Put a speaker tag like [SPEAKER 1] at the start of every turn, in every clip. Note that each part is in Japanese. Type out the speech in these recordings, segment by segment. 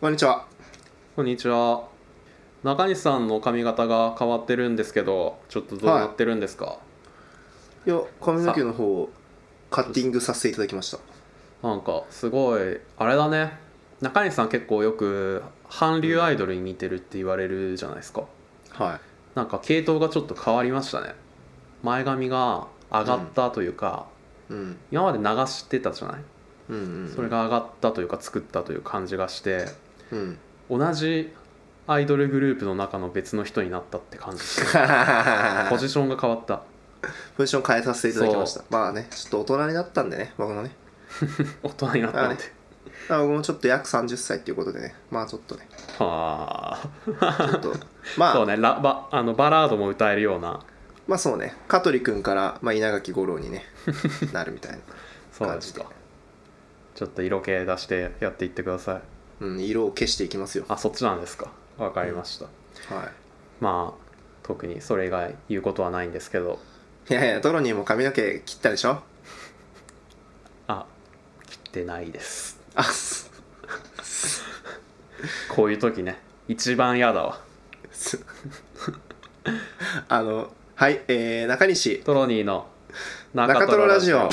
[SPEAKER 1] こんにちは。
[SPEAKER 2] こんにちは。中西さんの髪型が変わってるんですけど、ちょっとどうなってるんですか、
[SPEAKER 1] いや、髪の毛の方をカッティングさせていただきました。
[SPEAKER 2] なんかすごいあれだね。中西さん結構よく韓流アイドルに似てるって言われるじゃないですか。
[SPEAKER 1] はい。
[SPEAKER 2] なんか系統がちょっと変わりましたね。前髪が上がったというか、
[SPEAKER 1] うん。
[SPEAKER 2] 今まで流してたじゃない。
[SPEAKER 1] うんうん、うん。
[SPEAKER 2] それ。が上がったというか作ったという感じがして、
[SPEAKER 1] うん。
[SPEAKER 2] 同じアイドルグループの中の別の人になったって 感じ。ポ
[SPEAKER 1] ポ ジ
[SPEAKER 2] ジションが変わった。
[SPEAKER 1] ション変えさせていただきました。まあね、ちょっと大人になったんでね、僕のね。
[SPEAKER 2] 大人になったって。
[SPEAKER 1] あ僕もちょっと約30歳っていうことでね、まあちょっとね、
[SPEAKER 2] はあ。
[SPEAKER 1] ちょっ と、ま
[SPEAKER 2] そう
[SPEAKER 1] あ、
[SPEAKER 2] ねラバあのバラードも歌えるような
[SPEAKER 1] まあそうね、香取君から、まあ、稲垣吾郎にね、 なるみたいな
[SPEAKER 2] そう
[SPEAKER 1] 感
[SPEAKER 2] で
[SPEAKER 1] じ
[SPEAKER 2] す
[SPEAKER 1] で。
[SPEAKER 2] かちょっと色気出してやっていってください
[SPEAKER 1] うん、色を消していきますよ。
[SPEAKER 2] あそっちなんですかわかりました、
[SPEAKER 1] は
[SPEAKER 2] まあ特にそれ以外言うことはないんですけど
[SPEAKER 1] い。いやいや、トロニーも髪の毛切ったでしょ
[SPEAKER 2] あ切ってないです
[SPEAKER 1] あ、
[SPEAKER 2] こういう時ね一番嫌だわ
[SPEAKER 1] す あのはい、えー、中西
[SPEAKER 2] トロニーの
[SPEAKER 1] 中トロラジオ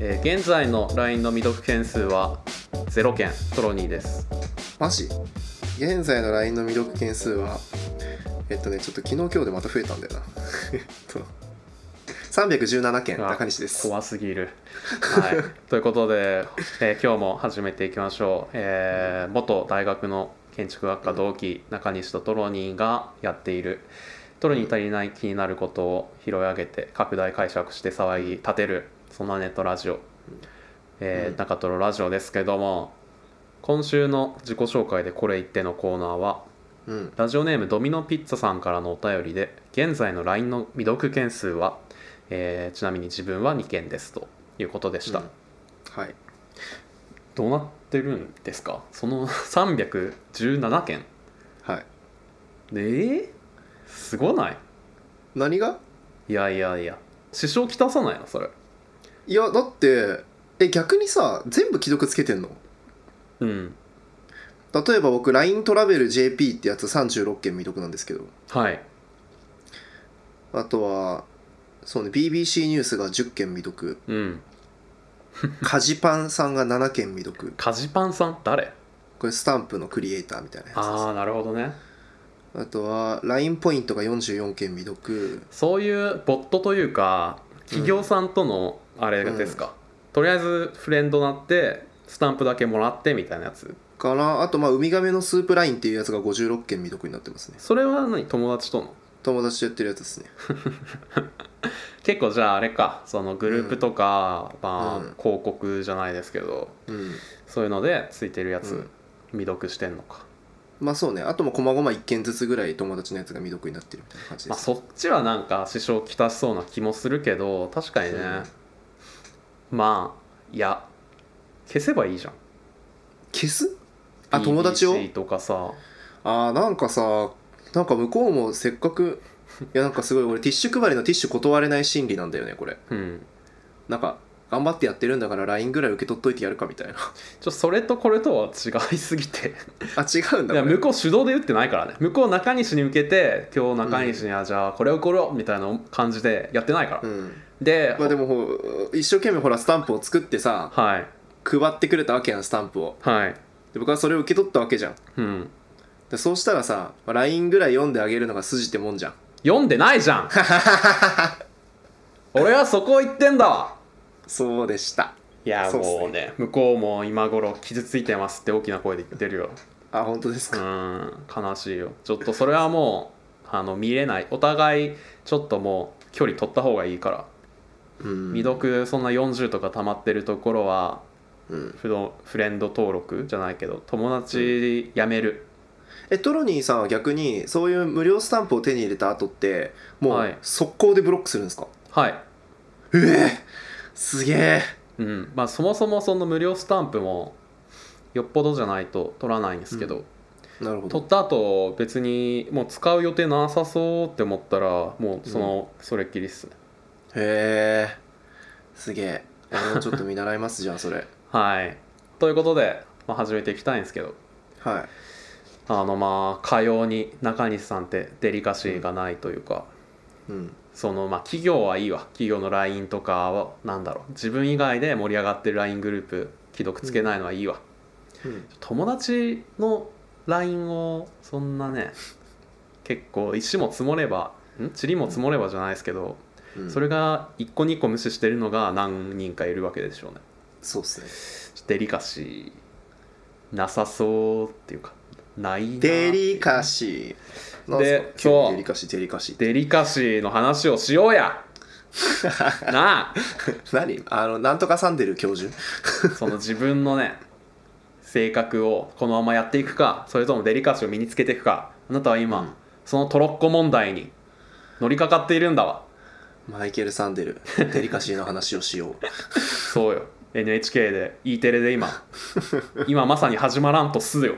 [SPEAKER 2] えー現在の LINE の未読件数は0件トロニーです
[SPEAKER 1] マジ現在の LINE の未読件数はえっとねちょっと昨日今日でまた増えたんだよなえっと317件
[SPEAKER 2] あ
[SPEAKER 1] 中西です
[SPEAKER 2] 怖すぎる、はい、 ということで、えー今日も始めていきましょう、えー元大学の建築学科同期中西とトロニーがやっているトロニー足りない気になることを拾い上げて拡大解釈して騒ぎ立てるそんなネットラジオ、えー
[SPEAKER 1] うん
[SPEAKER 2] 中トロラジオですけども今週の自己紹介でこれ言ってのコーナーは
[SPEAKER 1] うん
[SPEAKER 2] ラジオネームドミノピッツァさんからのお便りで現在の LINE の未読件数は、えーちなみに自分は2件ですということでした、
[SPEAKER 1] うんはい
[SPEAKER 2] どうなってるんですかその317件
[SPEAKER 1] はい
[SPEAKER 2] えー、すごない
[SPEAKER 1] 何が
[SPEAKER 2] いやいやいや支障きたさないのそれ
[SPEAKER 1] いやだってえ逆にさ全部既読つけてんの
[SPEAKER 2] うん
[SPEAKER 1] 例えば僕 LINE トラベル JP ってやつ36件未読なんですけど
[SPEAKER 2] はい
[SPEAKER 1] あとはそうね BBC ニュースが10件未読
[SPEAKER 2] うん
[SPEAKER 1] カジパンさんが7件未読
[SPEAKER 2] カジパンさん誰
[SPEAKER 1] これスタンプのクリエイターみたいなやつです
[SPEAKER 2] あ
[SPEAKER 1] あ
[SPEAKER 2] あなるほどね
[SPEAKER 1] とは LINE ポイントが44件未読
[SPEAKER 2] そういうボットというか企業さんとのあれですか、とりあえずフレンドなってスタンプだけもらってみたいなやつ
[SPEAKER 1] からあとまあウミガメのスープ LINE っていうやつが56件未読になってますね
[SPEAKER 2] それは何友達との
[SPEAKER 1] 友達とやってるやつですね
[SPEAKER 2] 結構じゃああれかそのグループとか、まあ、
[SPEAKER 1] うん
[SPEAKER 2] 広告じゃないですけど
[SPEAKER 1] うん
[SPEAKER 2] そういうのでついてるや
[SPEAKER 1] う
[SPEAKER 2] つ
[SPEAKER 1] ん
[SPEAKER 2] 未読してんのか、
[SPEAKER 1] まあそうねあともこまごま1件ずつぐらい友達のやつが未読になってるみたいな感じで
[SPEAKER 2] まあ、
[SPEAKER 1] す、
[SPEAKER 2] そっちはなんか支障きたしそうな気もするけど確かにね、まあいや消せばいいじゃん
[SPEAKER 1] 消すあ友達を
[SPEAKER 2] BBC とかさ
[SPEAKER 1] あーなんかさなんか向こうもせっかくいやなんかすごい俺ティッシュ配りのティッシュ断れない心理なんだよねこれ
[SPEAKER 2] うん
[SPEAKER 1] なんか頑張ってやってるんだから LINE ぐらい受け取っといてやるかみたいな
[SPEAKER 2] ちょそれとこれとは違いすぎて
[SPEAKER 1] あ違うんだ
[SPEAKER 2] いや
[SPEAKER 1] これ
[SPEAKER 2] 向こう手動で打ってないからね向こう中西に向けて今日中西にはじゃあこれをこれをみたいな感じでやってないか
[SPEAKER 1] う
[SPEAKER 2] ら、
[SPEAKER 1] ん
[SPEAKER 2] で、
[SPEAKER 1] まあでもほ一生懸命ほらスタンプを作ってさ
[SPEAKER 2] はい
[SPEAKER 1] 配ってくれたわけやんスタンプを
[SPEAKER 2] はい
[SPEAKER 1] で僕はそれを受け取ったわけじゃん
[SPEAKER 2] うん
[SPEAKER 1] でそうしたらさまあ LINE ぐらい読んであげるのが筋ってもんじゃん
[SPEAKER 2] 読んでないじ ゃん俺はそこ行ってんだわ
[SPEAKER 1] そうでした
[SPEAKER 2] いや
[SPEAKER 1] そうっすね
[SPEAKER 2] もうね向こうも今頃傷ついてますって大きな声で言ってるよ
[SPEAKER 1] あ本当です
[SPEAKER 2] う
[SPEAKER 1] か、
[SPEAKER 2] ん悲しいよちょっとそれはもうあの見れないお互いちょっともう距離取った方がいいから
[SPEAKER 1] うん
[SPEAKER 2] 未読そんな40とか溜まってるところは
[SPEAKER 1] うん、
[SPEAKER 2] フロフレンド登録じゃないけど友達やめる、
[SPEAKER 1] えトロニーさんは逆にそういう無料スタンプを手に入れた後っても
[SPEAKER 2] は
[SPEAKER 1] う
[SPEAKER 2] い
[SPEAKER 1] 速攻でブロックするんですか、
[SPEAKER 2] はい、
[SPEAKER 1] うえすげえ
[SPEAKER 2] うんまあ、そもそもその無料スタンプもよっぽどじゃないと取らないんですけど、
[SPEAKER 1] なるほ
[SPEAKER 2] 取
[SPEAKER 1] ど
[SPEAKER 2] った後別にもう使う予定なさそうって思ったらもうその、それっきりっすね
[SPEAKER 1] へえすげえ俺もちょっと見習いますじゃあそれ
[SPEAKER 2] はいということで、まあ、始めていきたいんですけど
[SPEAKER 1] はい
[SPEAKER 2] あのまあかように中西さんってデリカシーがないというか、
[SPEAKER 1] うん
[SPEAKER 2] そのまあ企業はいいわ企業の LINE とかはなんだろう自分以外で盛り上がってる LINE グループ既読つけないのはいいわ、
[SPEAKER 1] うん
[SPEAKER 2] 友達の LINE をそんなね結構石も積もればん塵も積もればじゃないですけど、
[SPEAKER 1] うん
[SPEAKER 2] それが1個2個無視してるのが何人かいるわけでしょうね
[SPEAKER 1] そうっすね
[SPEAKER 2] デリカシーなさそうっていうかないな
[SPEAKER 1] デリカシーなんすか
[SPEAKER 2] で
[SPEAKER 1] 急に
[SPEAKER 2] そう
[SPEAKER 1] デリカシーデリカシーって
[SPEAKER 2] デリカシーの話をしよ うやなあ
[SPEAKER 1] 何あのなんとかサンデル教授
[SPEAKER 2] その自分のね性格をこのままやっていくかそれともデリカシーを身につけていくかあなたは今、
[SPEAKER 1] うん
[SPEAKER 2] そのトロッコ問題に乗りかかっているんだわ
[SPEAKER 1] マイケル・サンデルデリカシーの話をしよう
[SPEAKER 2] そうよ NHK で E テレで今今まさに始まらんとすよ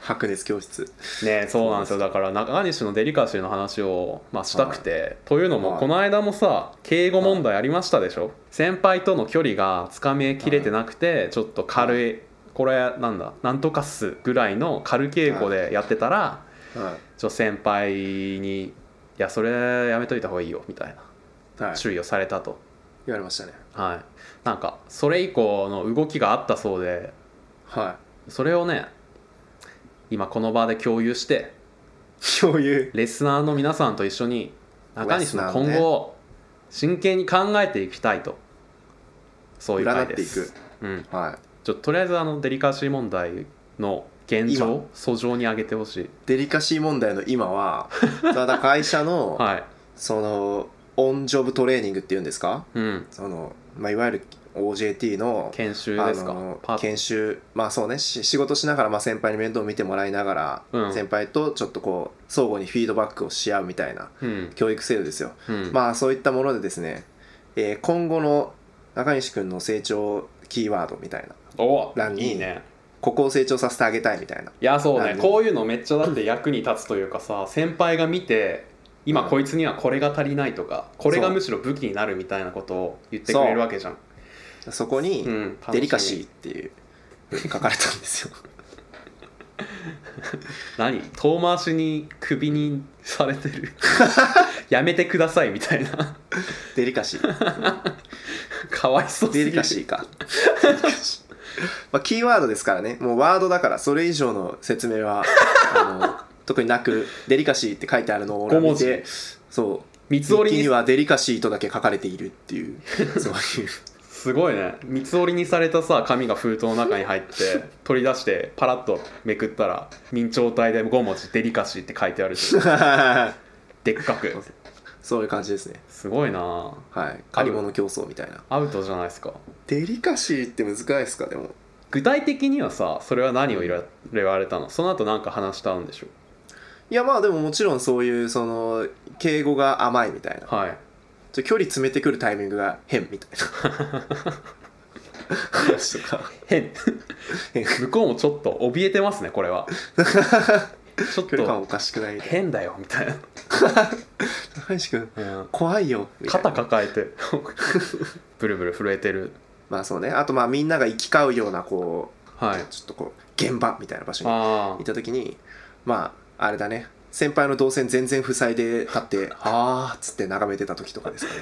[SPEAKER 1] 白熱教室
[SPEAKER 2] ねそうなんですよだから中西のデリカシーの話を、まあ、したくて、というのも、
[SPEAKER 1] はい
[SPEAKER 2] この間もさ敬語問題ありましたでしょ、先輩との距離がつかめきれてなくて、ちょっと軽い、これなんだなんとかっすぐらいの軽敬語でやってたら、
[SPEAKER 1] は
[SPEAKER 2] ちょっと先輩に「いやそれやめといた方がいいよ」みたい
[SPEAKER 1] い、は、
[SPEAKER 2] ない注意をされたと、
[SPEAKER 1] 言われましたね
[SPEAKER 2] はい、なんかそれ以降の動きがあったそうで
[SPEAKER 1] は
[SPEAKER 2] それをね今この場で共有して
[SPEAKER 1] い共有
[SPEAKER 2] レスナーの皆さんと一緒に中西の今後を真剣に考えていきたいとそういう
[SPEAKER 1] 占
[SPEAKER 2] 回
[SPEAKER 1] っ
[SPEAKER 2] で
[SPEAKER 1] ていく
[SPEAKER 2] す、うん、
[SPEAKER 1] はい
[SPEAKER 2] ちょとりあえずあのデリカシー問題の現状訴状に上げてほしい
[SPEAKER 1] デリカシー問題の今は ただ会社の、
[SPEAKER 2] はい
[SPEAKER 1] そのオンジョブトレーニングっていうんですか
[SPEAKER 2] うん
[SPEAKER 1] その、まあ、いわゆる OJT の
[SPEAKER 2] 研修ですか、
[SPEAKER 1] あの
[SPEAKER 2] パート
[SPEAKER 1] 研修まあそうねし仕事しながら、まあ、先輩に面倒を見てもらいながら、
[SPEAKER 2] うん
[SPEAKER 1] 先輩とちょっとこう相互にフィードバックをし合うみたいな
[SPEAKER 2] うん
[SPEAKER 1] 教育制度ですよ、
[SPEAKER 2] うん
[SPEAKER 1] まあそういったものでですね、えー今後の中西君の成長キーワードみたいな
[SPEAKER 2] お
[SPEAKER 1] 欄に
[SPEAKER 2] いいね
[SPEAKER 1] ここを成長させてあげたいみたいない
[SPEAKER 2] やそう
[SPEAKER 1] 欄
[SPEAKER 2] ね
[SPEAKER 1] に
[SPEAKER 2] こういうのめっちゃだって役に立つというかさ先輩が見て今
[SPEAKER 1] うん
[SPEAKER 2] こいつにはこれが足りないとかこれが
[SPEAKER 1] そう
[SPEAKER 2] むしろ武器になるみたいなことを言ってくれるわけじゃん、
[SPEAKER 1] そこに、
[SPEAKER 2] うん、
[SPEAKER 1] デリカシ
[SPEAKER 2] 楽し
[SPEAKER 1] ーっていう書かれたんです よ
[SPEAKER 2] み何遠回しにクビにされてるやめてくださいみたいな
[SPEAKER 1] デリカシー
[SPEAKER 2] かわいそうす
[SPEAKER 1] デ
[SPEAKER 2] ぎる
[SPEAKER 1] リカシー かデリカシーまあキーワードですからねもうワードだからそれ以上の説明 はあの特になくデリカシーって書いてあるのを俺
[SPEAKER 2] 五
[SPEAKER 1] は
[SPEAKER 2] 文
[SPEAKER 1] 見
[SPEAKER 2] 字
[SPEAKER 1] てそう
[SPEAKER 2] 三つ折
[SPEAKER 1] 日記
[SPEAKER 2] りに
[SPEAKER 1] にはデリカシーとだけ書かれているっていうそう いう
[SPEAKER 2] すごいね三つ折りにされたさ紙が封筒の中に入って取り出してパラッとめくったら明朝体で5文字「デリカシー」って書いてあるしでっかく
[SPEAKER 1] そういう感じですね
[SPEAKER 2] すごいな
[SPEAKER 1] はい借り物競争みたいな
[SPEAKER 2] アウトじゃないですか
[SPEAKER 1] デリカシーって難しいですかでも
[SPEAKER 2] 具体的にはさそれは何を言わ言われたのその後なんか話したんでしょ
[SPEAKER 1] いやまあでももちろんそういうその敬語が甘いみたいな
[SPEAKER 2] はい
[SPEAKER 1] ちょ距離詰めてくるタイミングが変みたいな話とか
[SPEAKER 2] 変
[SPEAKER 1] 変
[SPEAKER 2] 向こうもちょっと怯えてますねこ れはちょっ
[SPEAKER 1] 距離感お
[SPEAKER 2] と
[SPEAKER 1] かしくないみたい
[SPEAKER 2] 変だよみたい
[SPEAKER 1] な高橋君
[SPEAKER 2] な、
[SPEAKER 1] 怖いよみたいな
[SPEAKER 2] 肩抱 えてブルブル震えてる
[SPEAKER 1] まあそうねあとまあみんなが行き交うようなこ
[SPEAKER 2] はいう
[SPEAKER 1] ちょっとこう現場みたいな場所に
[SPEAKER 2] あ
[SPEAKER 1] いた時にまああれだね先輩の動線全然塞いで立って「あー」っつって眺めてた時とかですかね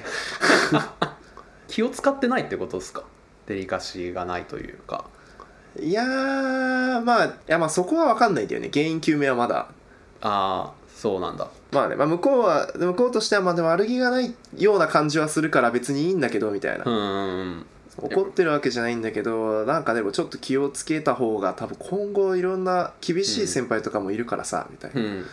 [SPEAKER 2] あ気を使ってないってことですかデリカシーがないというか
[SPEAKER 1] いやーまあいやまあそこは分かんないんだよね原因究明はまだ
[SPEAKER 2] ああそうなんだ
[SPEAKER 1] まあね、まあ、向こうは向こうとしてはまあでも悪気がないような感じはするから別にいいんだけどみたいな
[SPEAKER 2] うんうんうん
[SPEAKER 1] 怒ってるわけじゃないんだけどなんかでもちょっと気をつけた方が多分今後いろんな厳しい先輩とかもいるからさ、みたいな
[SPEAKER 2] うん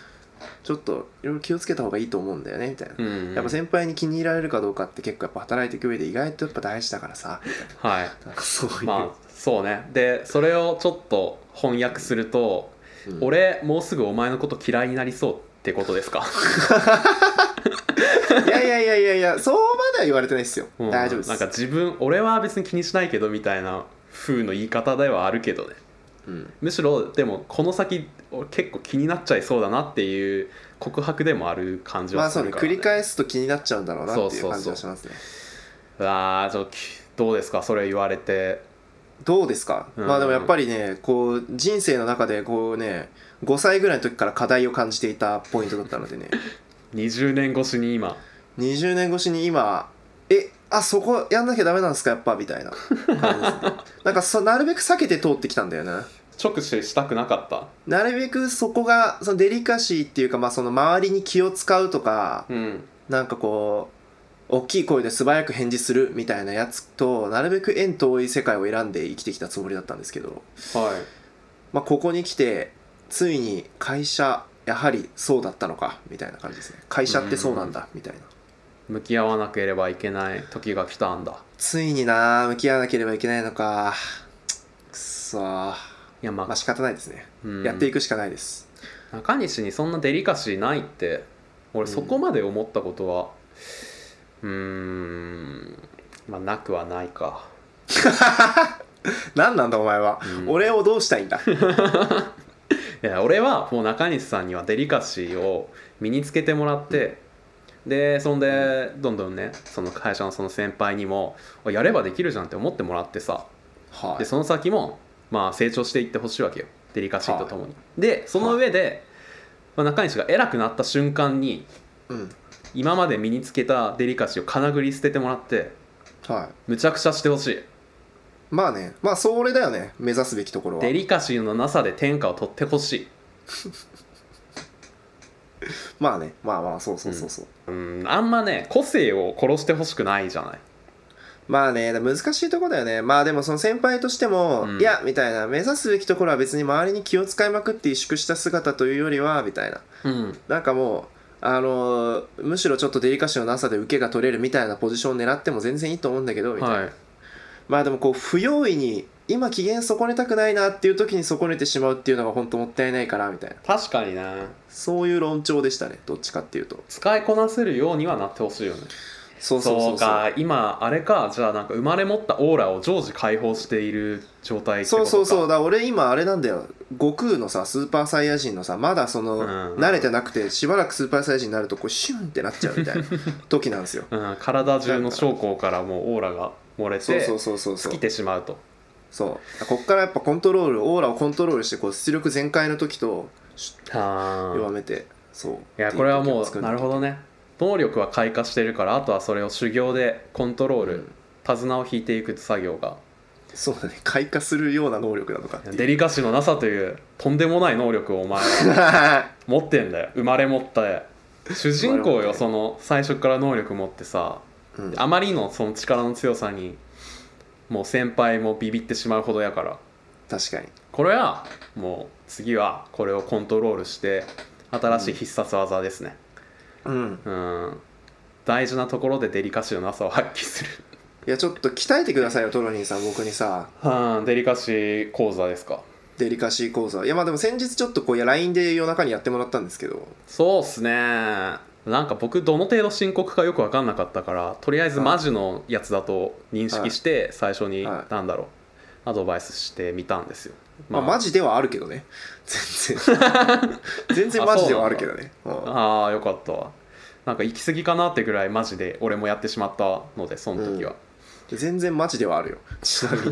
[SPEAKER 1] ちょっといろいろ気をつけた方がいいと思うんだよねみたいな、
[SPEAKER 2] うん
[SPEAKER 1] やっぱ先輩に気に入られるかどうかって結構やっぱ働いていく上で意外とやっぱ大事だからさみたい
[SPEAKER 2] はい
[SPEAKER 1] ななんかそういう、
[SPEAKER 2] まあ そうねでそれをちょっと翻訳する
[SPEAKER 1] う
[SPEAKER 2] と、
[SPEAKER 1] ん
[SPEAKER 2] 俺もうすぐお前のこと嫌いになりそうっってことですか
[SPEAKER 1] いやいやいやいやいやそうまでは言われてないですよ、
[SPEAKER 2] うん
[SPEAKER 1] 大丈夫です
[SPEAKER 2] なんか自分俺は別に気にしないけどみたいな風の言い方ではあるけどね
[SPEAKER 1] うん、
[SPEAKER 2] むしろでもこの先俺結構気になっちゃいそうだなっていう告白でもある感じ
[SPEAKER 1] ま
[SPEAKER 2] は
[SPEAKER 1] あ
[SPEAKER 2] す
[SPEAKER 1] そう
[SPEAKER 2] る
[SPEAKER 1] ね
[SPEAKER 2] から、ね
[SPEAKER 1] 繰り返すと気になっちゃうんだろうなってい
[SPEAKER 2] そうそうそう
[SPEAKER 1] う感じはしますね
[SPEAKER 2] うわーちょっときどうですかそれ言われて
[SPEAKER 1] どうですか、
[SPEAKER 2] うん
[SPEAKER 1] まあでもやっぱりねこう人生の中でこうね5歳ぐらいの時から課題を感じていたポイントだったので ね
[SPEAKER 2] 20年越しに今
[SPEAKER 1] 20年越しに今えあそこやんなきゃダメなんですかやっぱみ たいな感じです、ね、なんかそなるべく避けて通ってきたんだよな
[SPEAKER 2] 直視したくなかった
[SPEAKER 1] なるべくそこがそのデリカシーっていうか、まあ、その周りに気を使うとか
[SPEAKER 2] うん
[SPEAKER 1] なんかこう大きい声で素早く返事するみたいなやつとなるべく縁遠い世界を選んで生きてきたつもりだったんですけど、
[SPEAKER 2] は
[SPEAKER 1] まあ、ここに来てついに会社やはりそうだったのかみたいな感じですね会社ってそうなんだみたいない
[SPEAKER 2] 向き合わなければいけない時が来たんだ
[SPEAKER 1] ついにな向き合わなければいけないのかくっそー
[SPEAKER 2] いやまあ、
[SPEAKER 1] まあ仕方ないですね
[SPEAKER 2] うん
[SPEAKER 1] やっていくしかないです
[SPEAKER 2] 中西にそんなデリカシーないって俺そこまで思ったことはうーんまあなくはないか
[SPEAKER 1] 何なんだお前は、
[SPEAKER 2] うん
[SPEAKER 1] 俺をどうしたいん だ
[SPEAKER 2] いや俺はもう中西さんにはデリカシーを身につけてもらって、でそんでどんどんねその会社のその先輩にもおやればできるじゃんって思ってもらってさ
[SPEAKER 1] は
[SPEAKER 2] でその先もまあ成長していってほしいわけよデリカシーとともに、でその上で、まあ、中西が偉くなった瞬間に
[SPEAKER 1] い、うん
[SPEAKER 2] 今まで身につけたデリカシーをかなぐり捨ててもらって
[SPEAKER 1] はい、
[SPEAKER 2] むちゃくちゃしてほしい
[SPEAKER 1] まあねまあそれだよね目指すべきところは
[SPEAKER 2] デリカシーのなさで天下を取ってほしい
[SPEAKER 1] まあねまあまあそうそうそうそう、
[SPEAKER 2] うんあんまね個性を殺してほしくないじゃない
[SPEAKER 1] まあね難しいとこだよねまあでもその先輩としても、
[SPEAKER 2] うん
[SPEAKER 1] いやみたいな目指すべきところは別に周りに気を使いまくって萎縮した姿というよりはみたいな
[SPEAKER 2] うん
[SPEAKER 1] なんかもうあのーむしろちょっとデリカシーのなさで受けが取れるみたいなポジションを狙っても全然いいと思うんだけどみたいな、
[SPEAKER 2] はい
[SPEAKER 1] まあでもこう不用意に今機嫌損ねたくないなっていう時に損ねてしまうっていうのが本当もったいないからみたいな
[SPEAKER 2] 確かにな
[SPEAKER 1] そういう論調でしたねどっちかっていうと
[SPEAKER 2] 使いこなせるようにはなってほしいよね
[SPEAKER 1] そう
[SPEAKER 2] そ
[SPEAKER 1] そううそうそう
[SPEAKER 2] か今あれかじゃあなんか生まれ持ったオーラを常時解放している状態って
[SPEAKER 1] そ
[SPEAKER 2] こと
[SPEAKER 1] う
[SPEAKER 2] か
[SPEAKER 1] そうそうだから俺今あれなんだよ悟空のさスーパーサイヤ人のさまだその、
[SPEAKER 2] うん
[SPEAKER 1] 慣れてなくてしばらくスーパーサイヤ人になるとこうシュンってなっちゃうみたいな 時なんですよ
[SPEAKER 2] うん、体中の将校からもうオーラが漏れ
[SPEAKER 1] そう
[SPEAKER 2] て
[SPEAKER 1] そう
[SPEAKER 2] 尽
[SPEAKER 1] そうそうそう
[SPEAKER 2] きてしまうと
[SPEAKER 1] そうこっからやっぱコントロールオーラをコントロールしてこう出力全開の時とシュッ
[SPEAKER 2] あ
[SPEAKER 1] 弱
[SPEAKER 2] ー
[SPEAKER 1] めてそう
[SPEAKER 2] いやこれはも
[SPEAKER 1] っていう時を作ん
[SPEAKER 2] な
[SPEAKER 1] なきゃ
[SPEAKER 2] るほどね能力は開花してるからあとはそれを修行でコントロール、
[SPEAKER 1] うん
[SPEAKER 2] 手綱を引いていく作業が
[SPEAKER 1] そうだね開花するような能力なのかっていう
[SPEAKER 2] デリカシーのなさというとんでもない能力を お前は持ってんだよ生まれ持った主人
[SPEAKER 1] 生ま
[SPEAKER 2] 公
[SPEAKER 1] れ持っ
[SPEAKER 2] よ
[SPEAKER 1] て
[SPEAKER 2] その最初から能力持ってさ
[SPEAKER 1] うん
[SPEAKER 2] あまりのその力の強さにもう先輩もビビってしまうほどやから
[SPEAKER 1] 確かに
[SPEAKER 2] これはもう次はこれをコントロールして新しい必殺技ですね
[SPEAKER 1] うん
[SPEAKER 2] うん、大事なところでデリカシーのなさを発揮する
[SPEAKER 1] いやちょっと鍛えてくださいよトロニーさん僕にさ
[SPEAKER 2] はあデリカシー講座ですか
[SPEAKER 1] デリカシー講座いやまあでも先日ちょっとこういや LINE で夜中にやってもらったんですけど
[SPEAKER 2] そうっすねなんか僕どの程度深刻かよく分かんなかったからとりあえずマジのやつだと認識して最初に
[SPEAKER 1] は
[SPEAKER 2] なんだろうアドバイスしてみたんですよ、
[SPEAKER 1] まあ、マジではあるけどね全 然全然マジではあるけどねうん
[SPEAKER 2] ああよかったわなんか行き過ぎかなってぐらいマジで俺もやってしまったのでその時は、
[SPEAKER 1] 全然マジではあるよちなみに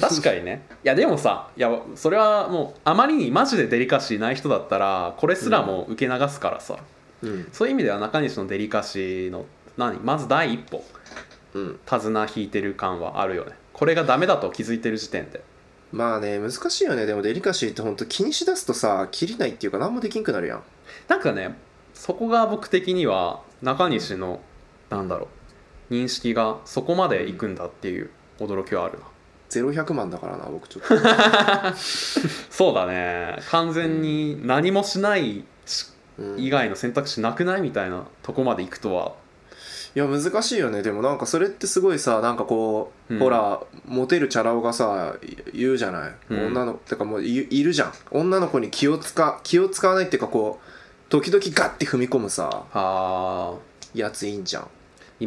[SPEAKER 2] 確かにねいやでもさいやそれはもうあまりにマジでデリカシーない人だったらこれすらも受け流すからさ、
[SPEAKER 1] うん
[SPEAKER 2] そういう意味では中西のデリカシーの何まず第一歩
[SPEAKER 1] うん
[SPEAKER 2] 手綱引いてる感はあるよねこれがダメだと気づいてる時点で
[SPEAKER 1] まあね難しいよねでもデリカシーって本当気にしだすとさ切りないっていうか何もできんくなるやん
[SPEAKER 2] なんかねそこが僕的には中西のなんだろう認識がそこまでいくんだっていう驚きはあるな
[SPEAKER 1] 0100万だからな僕ちょっ と
[SPEAKER 2] そうだね完全に何もしないし
[SPEAKER 1] うん
[SPEAKER 2] 以
[SPEAKER 1] い
[SPEAKER 2] 外の選択肢なくないみたいなとこまで行くとは
[SPEAKER 1] や難しいよねでもなんかそれってすごいさなんかこう、
[SPEAKER 2] うん
[SPEAKER 1] ほらモテるチャラ男がさい言うじゃない、
[SPEAKER 2] うん
[SPEAKER 1] 女の子てかもういいるじゃん女の子に気を使気を使わないっていうかこう時々ガッて踏み込むさ
[SPEAKER 2] あー
[SPEAKER 1] やついいんじゃん、
[SPEAKER 2] い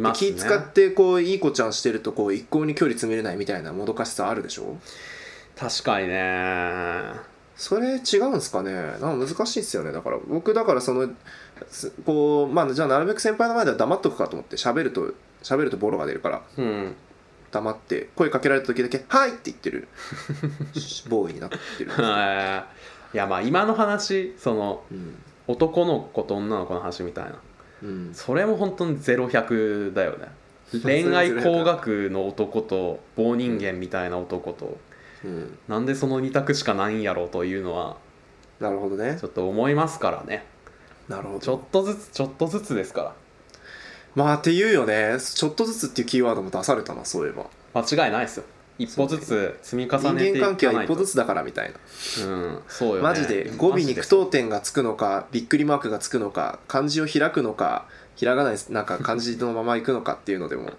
[SPEAKER 1] で
[SPEAKER 2] ますね
[SPEAKER 1] 気使ってこういい子ちゃんしてるとこう一向に距離詰めれないみたいなもどかしさあるでしょ
[SPEAKER 2] 確かにね
[SPEAKER 1] それ違うんすかねなんか難しいっすよねだから僕だからそのすこうまあじゃあなるべく先輩の前では黙っとくかと思って喋ると喋るとボロが出るから
[SPEAKER 2] うん
[SPEAKER 1] 黙って声かけられた時だけ「はい!」って言ってるボーイになってる、
[SPEAKER 2] はいいやまあ今の話その
[SPEAKER 1] うん
[SPEAKER 2] 男の子と女の子の話みたいな
[SPEAKER 1] うん、
[SPEAKER 2] それも本当に0100だよね恋愛工学の男と棒人間みたいな男と
[SPEAKER 1] うん、
[SPEAKER 2] なんでその2択しかないんやろうというのは
[SPEAKER 1] なるほどね
[SPEAKER 2] ちょっと思いますからね
[SPEAKER 1] なるほ
[SPEAKER 2] ちょ
[SPEAKER 1] ど
[SPEAKER 2] っとずつちょっとずつですか
[SPEAKER 1] まあっていうよねちょっとずつっていうキーワードも出されたなそういえば
[SPEAKER 2] ら間違いないですよ一歩ずつ積み重
[SPEAKER 1] 人
[SPEAKER 2] ねてい
[SPEAKER 1] 間関係
[SPEAKER 2] か
[SPEAKER 1] は
[SPEAKER 2] ない
[SPEAKER 1] 一歩
[SPEAKER 2] と
[SPEAKER 1] ずつだからみたいな
[SPEAKER 2] うんそうよね
[SPEAKER 1] マジで語尾に句読点がつくのかびっくりマークがつくのか漢字を開くのか開かないなんか漢字のままいくのかっていうのでも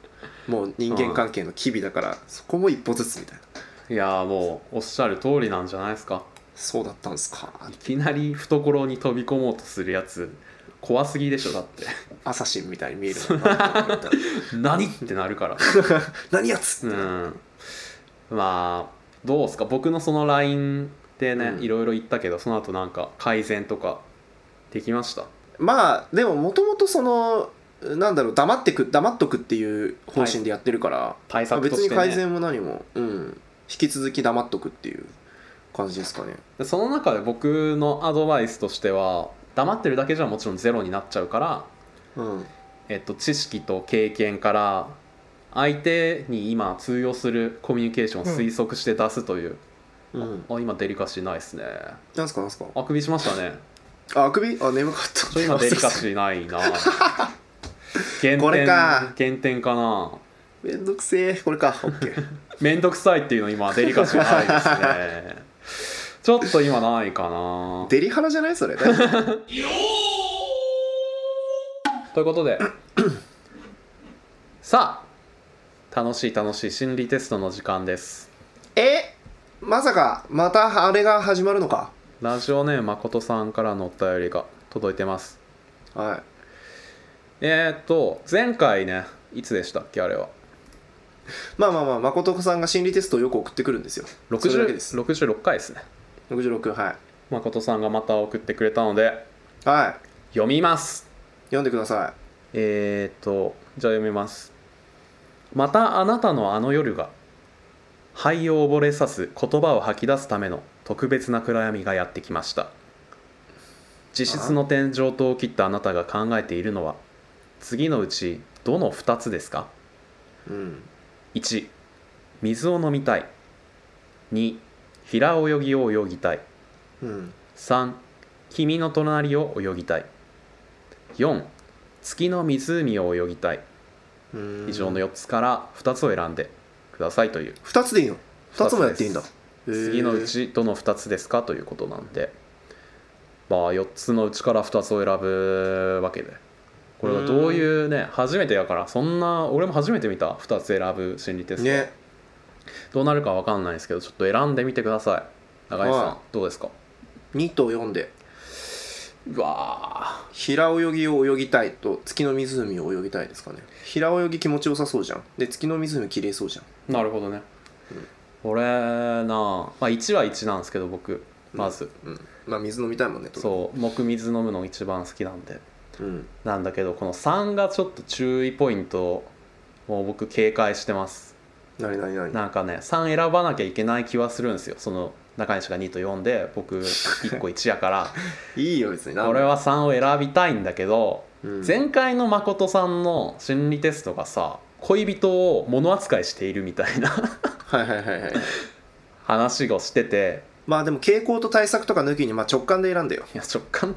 [SPEAKER 1] もう人間関係の機微だからそこも一歩ずつみたいない
[SPEAKER 2] やーもうおっしゃる通りなんじゃないですか
[SPEAKER 1] そうだったんですか
[SPEAKER 2] いきなり懐に飛び込もうとするやつ怖すぎでしょだって
[SPEAKER 1] アサシンみたいに見える な
[SPEAKER 2] 何ってなるから
[SPEAKER 1] 何やつ
[SPEAKER 2] う
[SPEAKER 1] って
[SPEAKER 2] んまあどうすか僕のその LINE でね、
[SPEAKER 1] うん
[SPEAKER 2] いろいろ言ったけどその後なんか改善とかできました
[SPEAKER 1] まあでももともとそのなんだろう黙ってく黙っとくっていう方針でやってるから、
[SPEAKER 2] 対
[SPEAKER 1] まあ
[SPEAKER 2] 策と
[SPEAKER 1] 別
[SPEAKER 2] し
[SPEAKER 1] に
[SPEAKER 2] て、
[SPEAKER 1] 改
[SPEAKER 2] ね、
[SPEAKER 1] 善も何も、うん、引き続き黙っとくっていう感じですかね
[SPEAKER 2] でその中で僕のアドバイスとしては黙ってるだけじゃもちろんゼロになっちゃうから、
[SPEAKER 1] うん
[SPEAKER 2] えっと、知識と経験から相手に今通用するコミュニケーションを推測して出すという、
[SPEAKER 1] うん
[SPEAKER 2] あ今デリカシーないですね
[SPEAKER 1] なんすかなんすか
[SPEAKER 2] あくびしましたね
[SPEAKER 1] あ、あくびあ、眠かった。
[SPEAKER 2] ちょ今デリカシーな いな減点
[SPEAKER 1] これか
[SPEAKER 2] 減点かな
[SPEAKER 1] めんどくせえ。これか。オッケー。
[SPEAKER 2] めんどくさいっていう の今デリカシーないですねちょっと今ないかな
[SPEAKER 1] デリハラじゃないそれ。大丈夫
[SPEAKER 2] ということで さあ楽しい楽しい心理テストの時間です
[SPEAKER 1] えまさか、またあれが始まるのか。
[SPEAKER 2] ラジオネームまことさんからのお便りが届いてます
[SPEAKER 1] は。
[SPEAKER 2] えー、っと前回ねいつでしたっけあれはい
[SPEAKER 1] まあまあまあ、誠さんが心理テストをよく送ってくるんですよ。それだけで
[SPEAKER 2] 60,
[SPEAKER 1] す
[SPEAKER 2] 66回ですね
[SPEAKER 1] 66、は
[SPEAKER 2] まことさんがまた送ってくれたので
[SPEAKER 1] い。はい。
[SPEAKER 2] 読みます
[SPEAKER 1] 読んでくださ
[SPEAKER 2] えー、っとじゃあ読みますまたあなたのあの夜が肺を溺れさす言葉を吐き出すための特別な暗闇がやってきました自室の天井とを切ったあなたが考えているのは次のうちどの2つですか
[SPEAKER 1] い。うん。
[SPEAKER 2] 1水を飲みたい2平泳ぎを泳ぎたい
[SPEAKER 1] うん。
[SPEAKER 2] 3君の隣を泳ぎたい4月の湖を泳ぎたい
[SPEAKER 1] うん
[SPEAKER 2] 以上の4つから2つを選んでくださいという、
[SPEAKER 1] 2つでいいの
[SPEAKER 2] 二
[SPEAKER 1] ?2
[SPEAKER 2] つ
[SPEAKER 1] つもやっていいんだ
[SPEAKER 2] で。
[SPEAKER 1] へー
[SPEAKER 2] 次のう。ちどの2つですかということなんでまあ4つのうちから2つを選ぶわけでこれがどういうね初めてやからそんな俺も初めて見た2つ選ぶ心理テスト、
[SPEAKER 1] ね。
[SPEAKER 2] どうなるかわかんないですけどちょっと選んでみてください中井さん、
[SPEAKER 1] は
[SPEAKER 2] どうですか
[SPEAKER 1] 2と4で。
[SPEAKER 2] うわ
[SPEAKER 1] 平泳ぎを泳ぎたいと月の湖を泳ぎたいですかね平泳ぎ気持ちよさそうじゃんで月の湖綺麗そうじゃん
[SPEAKER 2] ーなるほどね、俺なあ、まあ、1は1なんですけど僕まず、
[SPEAKER 1] うんまあ水飲みたいもんねう、
[SPEAKER 2] そう僕水飲むの一番好きなんで
[SPEAKER 1] うん、
[SPEAKER 2] なんだけどこの3がちょっと注意ポイントをもう僕警戒してます
[SPEAKER 1] 何何何
[SPEAKER 2] なんかね3選ばなきゃいけない気はするんですよその中西が2と4で僕1個1やから
[SPEAKER 1] いいよ別になんで
[SPEAKER 2] 俺は3を選びたいんだけど
[SPEAKER 1] うん
[SPEAKER 2] 前回の誠さんの心理テストがさ恋人を物扱いしているみたいな
[SPEAKER 1] はいはいはい はい
[SPEAKER 2] 話をしてて
[SPEAKER 1] まあでも傾向と対策とか抜きにまあ直感で選んだよ
[SPEAKER 2] いや直 感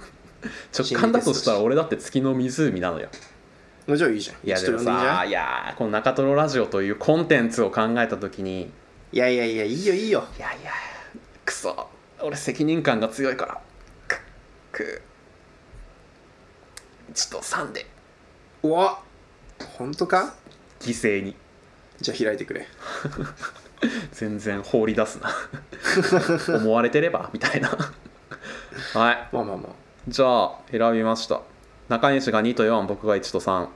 [SPEAKER 2] 直感だとしたら俺だって月の湖なのよ
[SPEAKER 1] じゃあいいじゃん
[SPEAKER 2] いや
[SPEAKER 1] ち
[SPEAKER 2] で
[SPEAKER 1] ょっ
[SPEAKER 2] も
[SPEAKER 1] と呼んでいいじゃ
[SPEAKER 2] さ
[SPEAKER 1] ん
[SPEAKER 2] いやーこの中トロラジオというコンテンツを考えた時に
[SPEAKER 1] いやいやいやいいよいいよ
[SPEAKER 2] いやいやくそ俺責任感が強いからくくちょっと3で
[SPEAKER 1] うわ本当か
[SPEAKER 2] 犠牲に
[SPEAKER 1] じゃあ開いてくれ
[SPEAKER 2] 全然 放り出すな思われてればみたいなはい
[SPEAKER 1] まあまあまあ
[SPEAKER 2] じゃあ選びました中西が2と4僕が1と3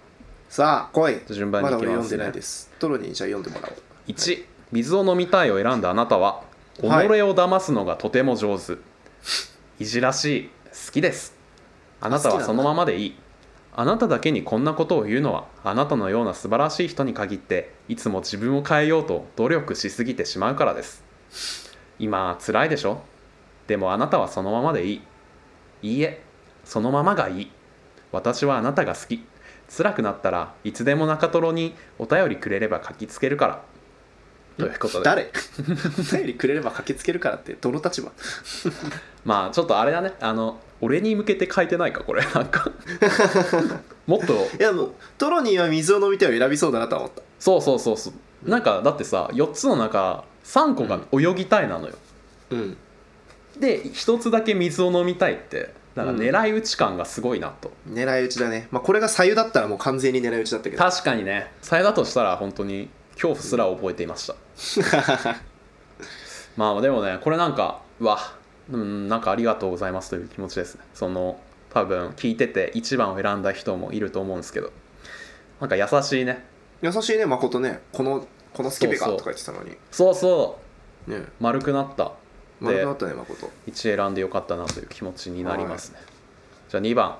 [SPEAKER 1] さあ来い
[SPEAKER 2] 順
[SPEAKER 1] ま
[SPEAKER 2] 番
[SPEAKER 1] だ
[SPEAKER 2] にいき
[SPEAKER 1] 俺読
[SPEAKER 2] ま
[SPEAKER 1] ん
[SPEAKER 2] す
[SPEAKER 1] で
[SPEAKER 2] ね
[SPEAKER 1] ないですトロにじゃあ読んでもらおう
[SPEAKER 2] 1、水を飲みたいを選んだあなたは己を
[SPEAKER 1] はい
[SPEAKER 2] 騙すのがとても上手、い、じらしい好きですあなた
[SPEAKER 1] 好き
[SPEAKER 2] は
[SPEAKER 1] なんだ
[SPEAKER 2] そのままでいいあなただけにこんなことを言うのはあなたのような素晴らしい人に限っていつも自分を変えようと努力しすぎてしまうからです今辛いでしょでもあなたはそのままでいいいいえそのままがいい私はあなたが好き辛くなったらいつでも中トロにお便りくれれば書きつけるからということで
[SPEAKER 1] 誰お便りくれれば駆けつけるからってどの立場
[SPEAKER 2] まあちょっとあれだねあの俺に向けて書いてないかこれなん かもっと
[SPEAKER 1] いやもうトロニーは水を飲みたいを選びそうだなとは思った
[SPEAKER 2] そうそうそうそうなんかだってさ4つの中3個が泳ぎたいなのよ、
[SPEAKER 1] うん
[SPEAKER 2] で1つだけ水を飲みたいってなんか狙い撃ち感がすごいなと、
[SPEAKER 1] 狙い撃ちだね、まあ、これが左右だったらもう完全に狙い撃ちだったけど
[SPEAKER 2] 確かにねさえだとしたら本当に恐怖すら覚えていました、まあでもねこれなんかうわうんなんかありがとうございますという気持ちですねその多分聞いてて1番を選んだ人もいると思うんですけどなんか優しいね
[SPEAKER 1] 優しいね誠ねこのこのスケベが
[SPEAKER 2] そうそ
[SPEAKER 1] とか
[SPEAKER 2] う
[SPEAKER 1] 言ってたのに
[SPEAKER 2] そうそう
[SPEAKER 1] ね
[SPEAKER 2] 丸くなった
[SPEAKER 1] 丸くなったね誠
[SPEAKER 2] 1選んでよかったなという気持ちになりますね、じゃあ2番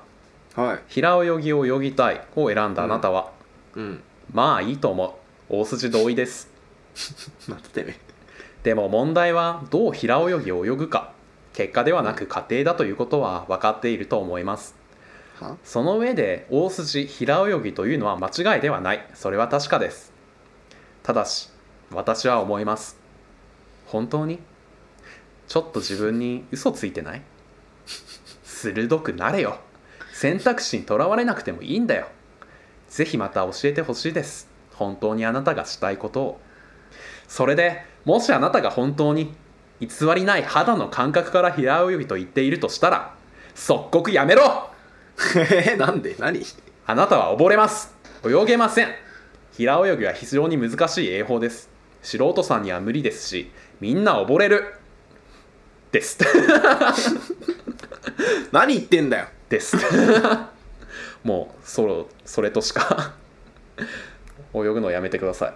[SPEAKER 1] はい
[SPEAKER 2] 「平泳ぎを泳ぎたい」を選んだあなたは、
[SPEAKER 1] うん
[SPEAKER 2] まあいいと思う大筋同意です
[SPEAKER 1] なんてね
[SPEAKER 2] でも問題はどう平泳ぎを泳ぐか結果ではなく過程だということは分かっていると思います
[SPEAKER 1] は
[SPEAKER 2] その上で大筋平泳ぎというのは間違いではないそれは確かですただし私は思います本当にちょっと自分に嘘ついてない鋭くなれよ選択肢にとらわれなくてもいいんだよぜひまた教えてほしいです本当にあなたがしたいことをそれでもしあなたが本当に偽りない肌の感覚から平泳ぎと言っているとしたら即刻やめろ
[SPEAKER 1] えなんで何
[SPEAKER 2] あなたは溺れます泳げません平泳ぎは非常に難しい泳法です素人さんには無理ですしみんな溺れるです
[SPEAKER 1] 何言ってんだよ
[SPEAKER 2] です もうそろそれとしか泳ぐのをやめてください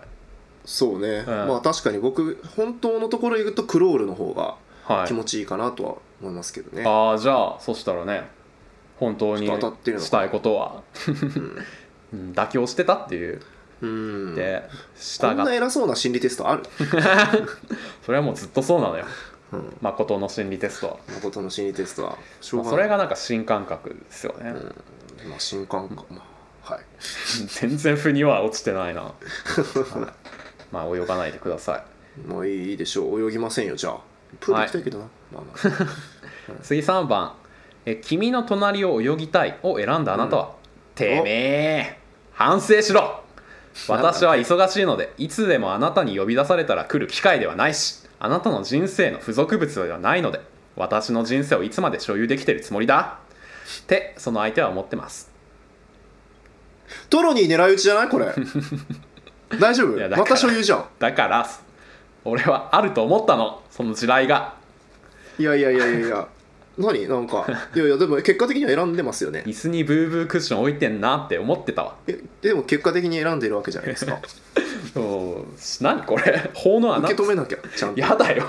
[SPEAKER 1] そうね、
[SPEAKER 2] うん
[SPEAKER 1] まあ確かに僕本当のところ言うとクロールの方が
[SPEAKER 2] はい
[SPEAKER 1] 気持ちいいかなとは思いますけどね、
[SPEAKER 2] ああじゃあそしたらね本当に
[SPEAKER 1] ちょっと当たってるのか
[SPEAKER 2] したいことはうん 妥協してたっていう
[SPEAKER 1] うん
[SPEAKER 2] で
[SPEAKER 1] こ
[SPEAKER 2] 従
[SPEAKER 1] んな
[SPEAKER 2] っ
[SPEAKER 1] 偉そうな心理テストある
[SPEAKER 2] それはもうずっとそうなのよ
[SPEAKER 1] うん
[SPEAKER 2] 誠の心理テストは
[SPEAKER 1] 誠の心理テストはしょ
[SPEAKER 2] ま
[SPEAKER 1] う
[SPEAKER 2] あ
[SPEAKER 1] が
[SPEAKER 2] そ
[SPEAKER 1] な
[SPEAKER 2] れ
[SPEAKER 1] い、
[SPEAKER 2] がなんか新感覚ですよね、
[SPEAKER 1] まあ、新感覚、まあ、はい
[SPEAKER 2] 全然腑には落ちてないなまあ泳がないでくださ
[SPEAKER 1] もういいでしょう泳ぎませんよじゃあプール行きたいけどな、まあまあ
[SPEAKER 2] い次3番え「君の隣を泳ぎたい」を選んだあなたは「てめえ反省しろ私は忙しいのでいつでもあなたに呼び出されたら来る機会ではないしあなたの人生の付属物ではないので私の人生をいつまで所有できてるつもりだ」ってその相手は思ってます
[SPEAKER 1] トロニー狙い撃ちじゃないこ れ大丈夫
[SPEAKER 2] いやだから
[SPEAKER 1] また所有じゃん
[SPEAKER 2] だから俺はあると思ったのその地雷が
[SPEAKER 1] いやいやいやいやいや何なん かいやいやでも結果的には選んでますよね
[SPEAKER 2] 椅子にブーブークッション置いてんなって思ってたわ
[SPEAKER 1] えでも結果的に選んでるわけじゃないですか
[SPEAKER 2] そうし何こ れ法の穴
[SPEAKER 1] 受け止めなきゃちゃんと
[SPEAKER 2] やだよ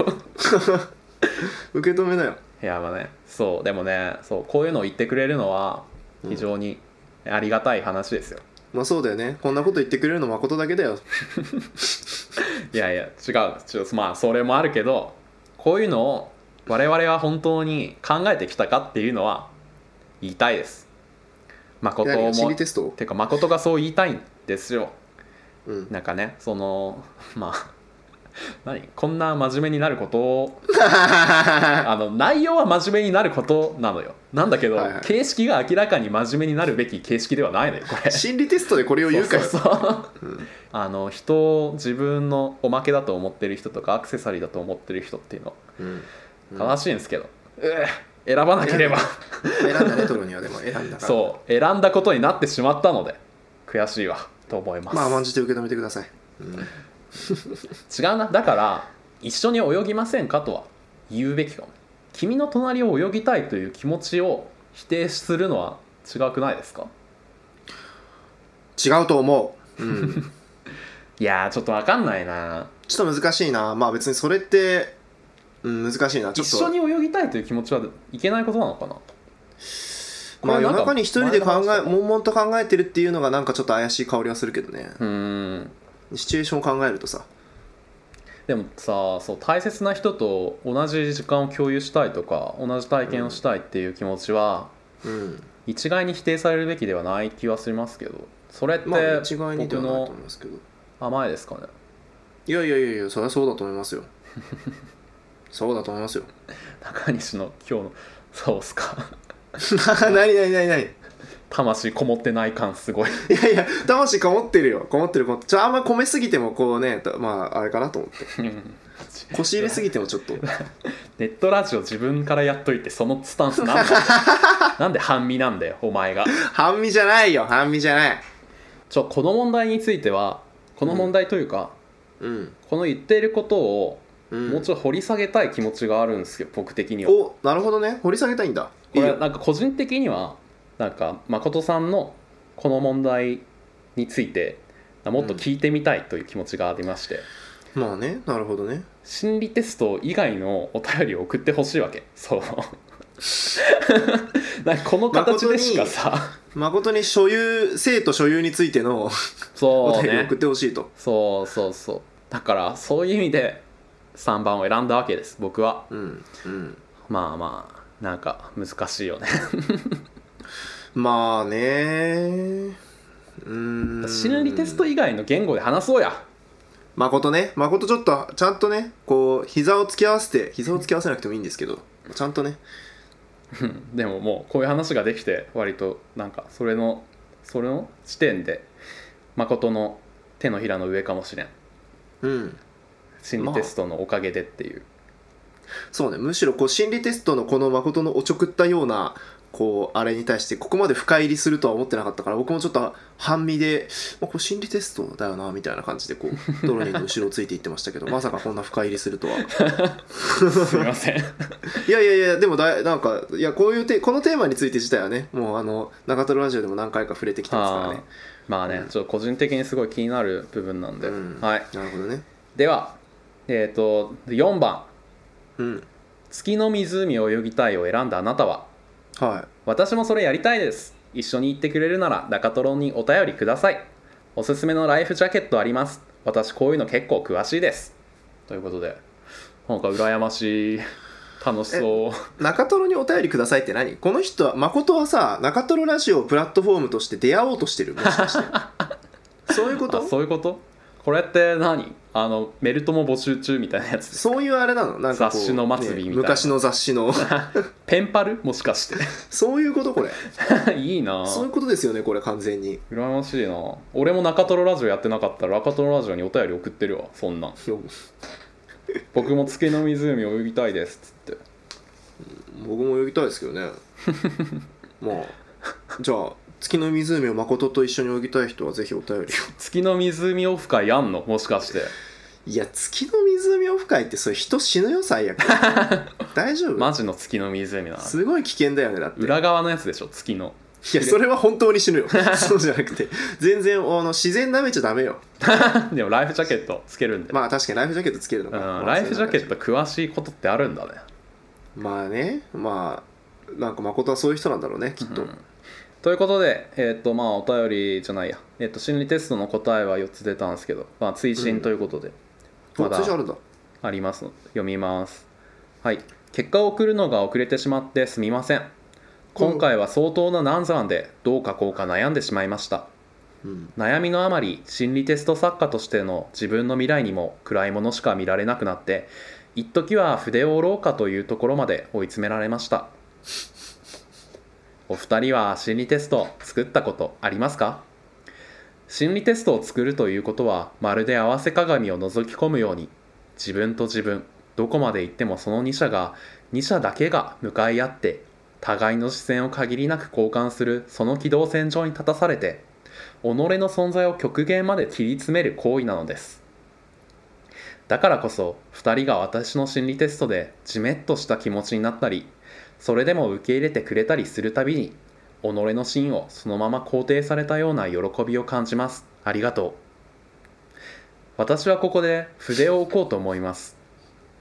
[SPEAKER 1] 受け止めなよ
[SPEAKER 2] いやまあねそうでもねそうこういうのを言ってくれるのは非常にありがたい話ですよ、
[SPEAKER 1] まあそうだよねこんなこと言ってくれるの誠だけだよ
[SPEAKER 2] いやいや違うちょまあそれもあるけどこういうのを我々は本当に考えてきたかっていうのは言いたいです誠
[SPEAKER 1] 何
[SPEAKER 2] も
[SPEAKER 1] が心理テスト
[SPEAKER 2] てか誠がそう言いたいんですよ
[SPEAKER 1] うん
[SPEAKER 2] なんかねそのまあ 何こんな真面目になること をあの内容は真面目になることなのよなんだけど、
[SPEAKER 1] はいはい
[SPEAKER 2] 形式が明らかに真面目になるべき形式ではないのよこれ
[SPEAKER 1] 心理テストでこれを言うかよ
[SPEAKER 2] そうそう そうあの人を自分のおまけだと思ってる人とかアクセサリーだと思ってる人っていうの
[SPEAKER 1] うん
[SPEAKER 2] 正しいんですけど、うえ選ばなければ
[SPEAKER 1] 選んだねトロニーはでも選んだから
[SPEAKER 2] そう選んだことになってしまったので悔しいわと思います、
[SPEAKER 1] まあ甘んじて受け止めてください、うん
[SPEAKER 2] 違うなだから一緒に泳ぎませんかとは言うべきかも君の隣を泳ぎたいという気持ちを否定するのは違くないですか
[SPEAKER 1] 違うと思う、 うん、
[SPEAKER 2] いやーちょっと分かんないな
[SPEAKER 1] ちょっと難しいなまあ別にそれって、うん、難しいなちょ
[SPEAKER 2] 一
[SPEAKER 1] っ
[SPEAKER 2] 緒
[SPEAKER 1] と
[SPEAKER 2] に泳ぎたいという気持ちはいけないことなのかな
[SPEAKER 1] まあ夜中に一人で考え
[SPEAKER 2] も
[SPEAKER 1] 悶々と考えてるっていうのがなんかちょっと怪しい香りはするけどね
[SPEAKER 2] うーん
[SPEAKER 1] シチュエーションを考えるとさ
[SPEAKER 2] でもさそう大切な人と同じ時間を共有したいとか同じ体験をしたいっていう気持ちは、
[SPEAKER 1] うん
[SPEAKER 2] 一概に否定されるべきではない気はしますけどそれって
[SPEAKER 1] まあ一概にで
[SPEAKER 2] 僕
[SPEAKER 1] はないと思
[SPEAKER 2] の
[SPEAKER 1] いますけど
[SPEAKER 2] 甘えですかね
[SPEAKER 1] いやいやいやいやそれはそうだと思い ますよそうだと思いますよ
[SPEAKER 2] 中西の今日のそうっすか
[SPEAKER 1] 何何何何い
[SPEAKER 2] 魂こもってない感すごい
[SPEAKER 1] やいや魂こもってるよこもってるこもってるちょあんまり込めすぎてもこうねたまああれかなと思って腰入れすぎてもちょっ と
[SPEAKER 2] ネットラジオ自分からやっといてそのスタン スなんだなんで半身なんだよお前が
[SPEAKER 1] 半身じゃないよ半身じゃない
[SPEAKER 2] ちょこの問題についてはこの問題というか、
[SPEAKER 1] うん
[SPEAKER 2] この言っていることを
[SPEAKER 1] うん
[SPEAKER 2] もうちょい掘り下げたい気持ちがあるんですよ僕的にはこ
[SPEAKER 1] おなるほどね掘り下げたいんだいい
[SPEAKER 2] れ
[SPEAKER 1] よ
[SPEAKER 2] なんか個人的にはなんか誠さんのこの問題についてもっと聞いてみたいという気持ちがありまして、
[SPEAKER 1] まあねなるほどね
[SPEAKER 2] 心理テスト以外のお便りを送ってほしいわけ そうなんかこの形でしかさ
[SPEAKER 1] 誠に所有生と所有についてのお
[SPEAKER 2] そう
[SPEAKER 1] 便りを
[SPEAKER 2] ね
[SPEAKER 1] 送ってほしいと
[SPEAKER 2] そうそうそうだからそういう意味で3番を選んだわけです僕は
[SPEAKER 1] うんうん
[SPEAKER 2] まあまあなんか難しいよね
[SPEAKER 1] まあねうーん
[SPEAKER 2] 心理テスト以外の言語で話そうや
[SPEAKER 1] 誠ね誠ちょっとちゃんとねこう膝を突き合わせて膝を突き合わせなくてもいいんですけどちゃんとね
[SPEAKER 2] うんでももうこういう話ができて割となんかそれのそれの時点で誠の手のひらの上かもしれん
[SPEAKER 1] うん
[SPEAKER 2] 心理テストのおかげでって いう、
[SPEAKER 1] そうねむしろこう心理テストのこの誠のおちょくったようなこうあれに対してここまで深入りするとは思ってなかったから僕もちょっと半身で、まあ、こう心理テストだよなみたいな感じでこうドロニーの後ろをついていってましたけど まさかこんな深入りするとは
[SPEAKER 2] すみません
[SPEAKER 1] いやいやいやでもだいなんかいやこういうてこのテーマについて自体はねもうあの中トロラジオでも何回か触れてきてますから
[SPEAKER 2] あ
[SPEAKER 1] ね
[SPEAKER 2] ーまあねちょっと個人的にすごい気になる部分なんで、
[SPEAKER 1] うん
[SPEAKER 2] はい
[SPEAKER 1] なるほどね
[SPEAKER 2] ではえっ、と4番
[SPEAKER 1] うん
[SPEAKER 2] 「月の湖を泳ぎたい」を選んだあなたは
[SPEAKER 1] はい
[SPEAKER 2] 私もそれやりたいです一緒に行ってくれるなら中トロにお便りくださいおすすめのライフジャケットあります私こういうの結構詳しいですということでなんか羨ましい楽しそう
[SPEAKER 1] 中トロにお便りくださいって何この人は誠はさ中トロラジオをプラットフォームとして出会おうとしてるもしかして そういうこ
[SPEAKER 2] あ
[SPEAKER 1] とそ
[SPEAKER 2] そういうことこれって何あのメルトも募集中みたいなやつ
[SPEAKER 1] ういうあれなのなんかこう
[SPEAKER 2] 雑誌の末尾みたいな
[SPEAKER 1] ね昔の雑誌 の
[SPEAKER 2] ペンパルもし かして
[SPEAKER 1] そういうことこれ
[SPEAKER 2] いいな
[SPEAKER 1] そういうことですよねこれ完全に
[SPEAKER 2] 羨ましいな俺も中トロラジオやってなかったら中トロラジオにお便り送ってるわそんなん僕も月の湖泳ぎたいですっつって
[SPEAKER 1] 僕も泳ぎたいですけど ねまあじゃあ月の湖を誠と一緒に泳ぎたい人はぜひお便りを
[SPEAKER 2] 月の湖オフ会やんのもしかして
[SPEAKER 1] いや月の湖オフ会ってそれ人死ぬよ最 悪大丈夫、
[SPEAKER 2] マジの月の湖だな
[SPEAKER 1] すごい危険だよねだって
[SPEAKER 2] 裏側のやつでしょ月の
[SPEAKER 1] いやそれは本当に死ぬよそうじゃなくて全然あの自然舐めちゃダメよ
[SPEAKER 2] でもライフジャケットつけるんで、
[SPEAKER 1] まあ確かにライフジャケットつけるのか、
[SPEAKER 2] うん、
[SPEAKER 1] まあ
[SPEAKER 2] ライフジャケット詳しいことってあるんだね
[SPEAKER 1] まあねまあなんか誠はそういう人なんだろうねきっと、
[SPEAKER 2] うんということで、えっとまあ、お便りじゃないや、えっと心理テストの答えは4つ出たんですけど、まあ、追伸ということで、
[SPEAKER 1] お
[SPEAKER 2] まだ
[SPEAKER 1] 通常あるんだ
[SPEAKER 2] ありますので読みますはい結果を送るのが遅れてしまってすみません今回は相当な難産でどう書こうか悩んでしまいました
[SPEAKER 1] うん
[SPEAKER 2] 悩みのあまり心理テスト作家としての自分の未来にも暗いものしか見られなくなって一時は筆を折ろうかというところまで追 い詰められましたお二人は心理テスト作ったことありますか心理テストを作るということはまるで合わせ鏡を覗き込むように自分と自分どこまで行ってもその2者が2者だけが向かい合って互いの視線を限りなく交換するその軌道線上に立たされて己の存在を極限まで切り詰める行為なのですだからこそ2人が私の心理テストでじめっとした気持ちになったりそれでも受け入れてくれたりするたびに己の芯をそのまま肯定されたような喜びを感じますありがとう私はここで筆を置こうと思います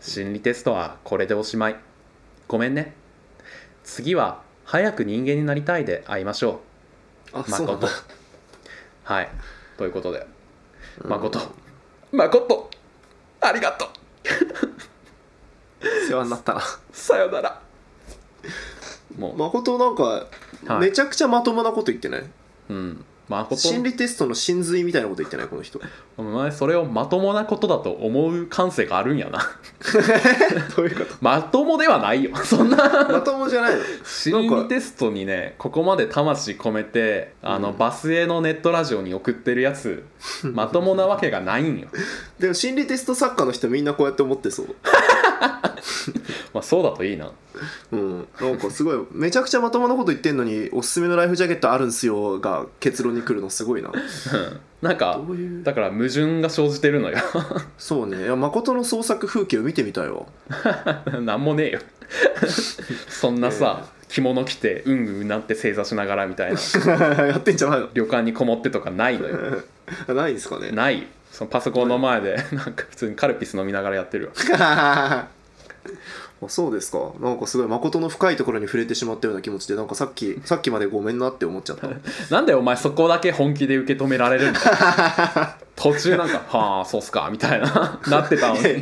[SPEAKER 2] 心理テストはこれでおしまいごめんね次は早く人間になりたいで会いましょ
[SPEAKER 1] あ
[SPEAKER 2] う
[SPEAKER 1] そうなん
[SPEAKER 2] 誠
[SPEAKER 1] だ、
[SPEAKER 2] はいということで
[SPEAKER 1] うん
[SPEAKER 2] 誠誠ありがとう
[SPEAKER 1] 世話になったな
[SPEAKER 2] さよならも
[SPEAKER 1] 誠なんか
[SPEAKER 2] う、はい
[SPEAKER 1] めちゃくちゃまともなこと言ってない、
[SPEAKER 2] うん誠
[SPEAKER 1] 心理テストの真髄みたいなこと言ってないこの 人ど
[SPEAKER 2] お前それをまともなことだと思う感性があるんやな
[SPEAKER 1] ういうこ
[SPEAKER 2] まともではないよ そんな
[SPEAKER 1] とまともじゃないの
[SPEAKER 2] 心理テストにねここまで魂込めてあの、
[SPEAKER 1] うん
[SPEAKER 2] バスへのネットラジオに送ってる やつまともなわけがないんよ、
[SPEAKER 1] でも心理テスト作家の人みんなこうやって思ってそう
[SPEAKER 2] まあ、そうだといいな
[SPEAKER 1] うんなんかすごいめちゃくちゃまともなこと言ってんのにおすすめのライフジャケットあるんすよが結論に来るのすごいな
[SPEAKER 2] うんなんか
[SPEAKER 1] どういう
[SPEAKER 2] だから矛盾が生じてるのよ
[SPEAKER 1] そうねいや誠の創作風景を見てみたい わ
[SPEAKER 2] なんもねえよそんなさ着物着てうんうんなって正座しながらみたい な
[SPEAKER 1] やってんじゃない
[SPEAKER 2] 旅館にこもってとかないのよ
[SPEAKER 1] のないんですかね
[SPEAKER 2] ないよそのパソコンの前でなんか普通にカルピス飲みながらやってるわ
[SPEAKER 1] あそうですかなんかすごい誠の深いところに触れてしまったような気持ちでなんかさっきさっきまでごめんなって思っちゃ った
[SPEAKER 2] なんでお前そこだけ本気で受け止められるんだ 途中なんか「はあそうっすか」みたいな なってたのにい
[SPEAKER 1] いや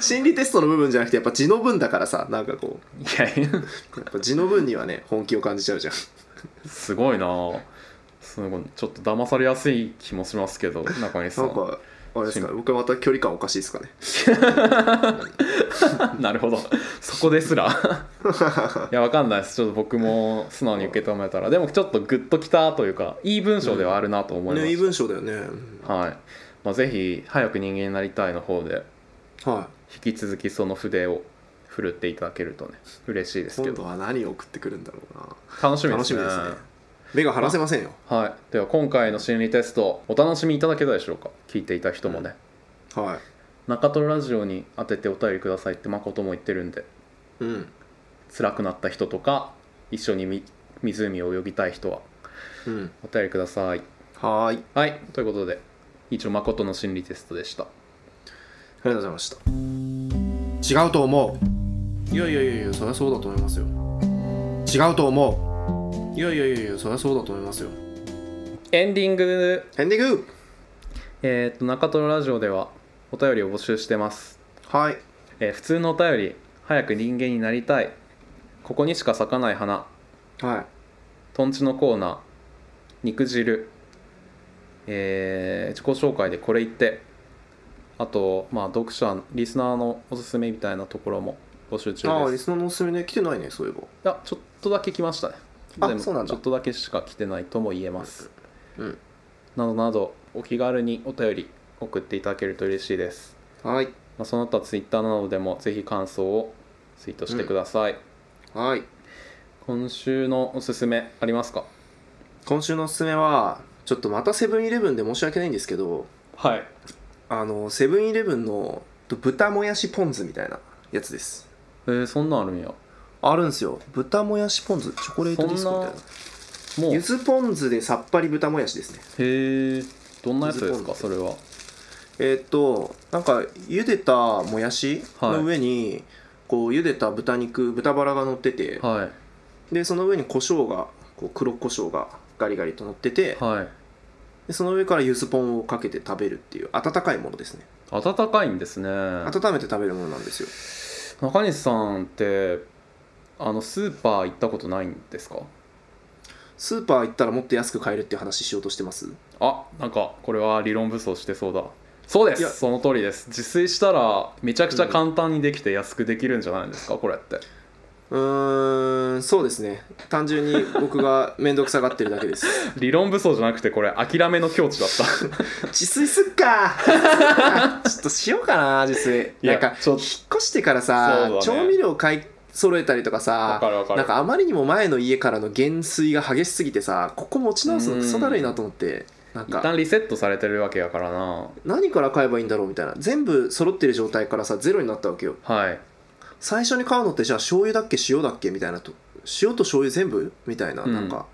[SPEAKER 1] 心理テストの部分じゃなくてやっぱ字の文だからさなんかこ
[SPEAKER 2] やいや
[SPEAKER 1] うやっぱ字の文にはね本気を感じちゃうじゃん
[SPEAKER 2] すごいなあすごいちょっと騙されやすい気もしますけど中西さ
[SPEAKER 1] なん
[SPEAKER 2] ん
[SPEAKER 1] かあれですか僕はまた距離感おかしいですか ね
[SPEAKER 2] なるほどそこですらいやわかんないですちょっと僕も素直に受け止めたらでもちょっとグッときたというかいい文章ではあるなと思いま
[SPEAKER 1] ねいい
[SPEAKER 2] し
[SPEAKER 1] 文章だよね
[SPEAKER 2] た、はいまあ、ぜひ「早く人間になりたい」の方で
[SPEAKER 1] は
[SPEAKER 2] 引き続きその筆を振るっていただけるとね嬉しいで
[SPEAKER 1] い
[SPEAKER 2] すけ
[SPEAKER 1] 今
[SPEAKER 2] ど
[SPEAKER 1] 度は何を送ってくるんだろうな
[SPEAKER 2] 楽しみで
[SPEAKER 1] 楽
[SPEAKER 2] す
[SPEAKER 1] しみ
[SPEAKER 2] ね
[SPEAKER 1] ですね目が離せませんよ
[SPEAKER 2] はい、では今回の心理テストお楽しみいただけたでしょうか聞いていた人もね、
[SPEAKER 1] はい
[SPEAKER 2] 中トロラジオに当ててお便りくださいって誠も言ってるんで
[SPEAKER 1] うん
[SPEAKER 2] 辛くなった人とか一緒にみ湖を泳ぎたい人は
[SPEAKER 1] うん
[SPEAKER 2] お便りください
[SPEAKER 1] はーい
[SPEAKER 2] はいということで以上誠の心理テストでした
[SPEAKER 1] ありがとうございました違うと思ういやいやいやいやそりゃそうだと思いますよ違うと思ういやいやいやいやそりゃそうだと思いますよ
[SPEAKER 2] エンディング
[SPEAKER 1] エンディング
[SPEAKER 2] えー、と中トロラジオではお便りを募集してます
[SPEAKER 1] はい
[SPEAKER 2] えー普通のお便り「早く人間になりたい」「ここにしか咲かない花」
[SPEAKER 1] はい
[SPEAKER 2] 「とんちのコーナー」「肉汁」えー自己紹介でこれ言ってあと、まあ、読者リスナーのおすすめみたいなところも募集中
[SPEAKER 1] ああ
[SPEAKER 2] で
[SPEAKER 1] リ
[SPEAKER 2] す
[SPEAKER 1] スナーのおすすめね来てないねそういえば
[SPEAKER 2] いやちょっとだけ来ましたね
[SPEAKER 1] あ
[SPEAKER 2] でも
[SPEAKER 1] そうなんだ
[SPEAKER 2] ちょっとだけしか来てないとも言えます、
[SPEAKER 1] うん
[SPEAKER 2] などなどお気軽にお便り送っていただけると嬉しいです
[SPEAKER 1] はい
[SPEAKER 2] まあ、その他ツイッターなどでもぜひ感想をツイートしてください、
[SPEAKER 1] はい
[SPEAKER 2] 今週のおすすめありますか
[SPEAKER 1] 今週のおすすめはちょっとまたセブンイレブンで申し訳ないんですけど
[SPEAKER 2] はい
[SPEAKER 1] あのセブンイレブンのと豚もやしポン酢みたいなやつです
[SPEAKER 2] えー、そんなんあるんや
[SPEAKER 1] あるんですよ豚もやしポン酢チョコレートディスコみたいな
[SPEAKER 2] もう
[SPEAKER 1] ゆ
[SPEAKER 2] へ
[SPEAKER 1] ずポン酢でさっぱり豚もやしですね
[SPEAKER 2] えどんなやつですか
[SPEAKER 1] ゆずポ
[SPEAKER 2] それは
[SPEAKER 1] えーっとなんか茹でたもやしの上に、こう茹でた豚肉豚バラが乗ってて、
[SPEAKER 2] は
[SPEAKER 1] でその上に胡椒がこう黒胡椒がガリガリと乗ってて
[SPEAKER 2] い、はい
[SPEAKER 1] でその上からゆずポンをかけて食べるっていう温かいものですね
[SPEAKER 2] 温かいんですね
[SPEAKER 1] 温めて食べるものなんですよ
[SPEAKER 2] 中西さんってあのスーパー行ったことないんですか
[SPEAKER 1] スーパー行ったらもっと安く買えるっていう話しようとしてます
[SPEAKER 2] あなんかこれは理論武装してそうだそうで
[SPEAKER 1] いや
[SPEAKER 2] すその通りです自炊したらめちゃくちゃ簡単にできて安くできるんじゃないですかこれって
[SPEAKER 1] うーんそうですね単純に僕が面倒くさがってるだけです
[SPEAKER 2] 理論武装じゃなくてこれ諦めの境地だった
[SPEAKER 1] 自炊すっか ちょっとしようかな自炊
[SPEAKER 2] いや
[SPEAKER 1] なんか
[SPEAKER 2] ちょ
[SPEAKER 1] 引っ越してからさ、
[SPEAKER 2] そうだね
[SPEAKER 1] 調味料買い揃えたりとか
[SPEAKER 2] わ
[SPEAKER 1] さ
[SPEAKER 2] かるわかる
[SPEAKER 1] なんかあまりにも前の家からの減衰が激しすぎてさここ持ち直すのクソだるいなと思ってなん
[SPEAKER 2] 一
[SPEAKER 1] か
[SPEAKER 2] 旦リセットされてるわけやからな
[SPEAKER 1] 何から買えばいいんだろうみたいな全部揃ってる状態からさゼロになったわけよ
[SPEAKER 2] はい
[SPEAKER 1] 最初に買うのってじゃあ醤油だっけ塩だっけみたいなと塩と醤油全部みたいな
[SPEAKER 2] うん
[SPEAKER 1] なんか、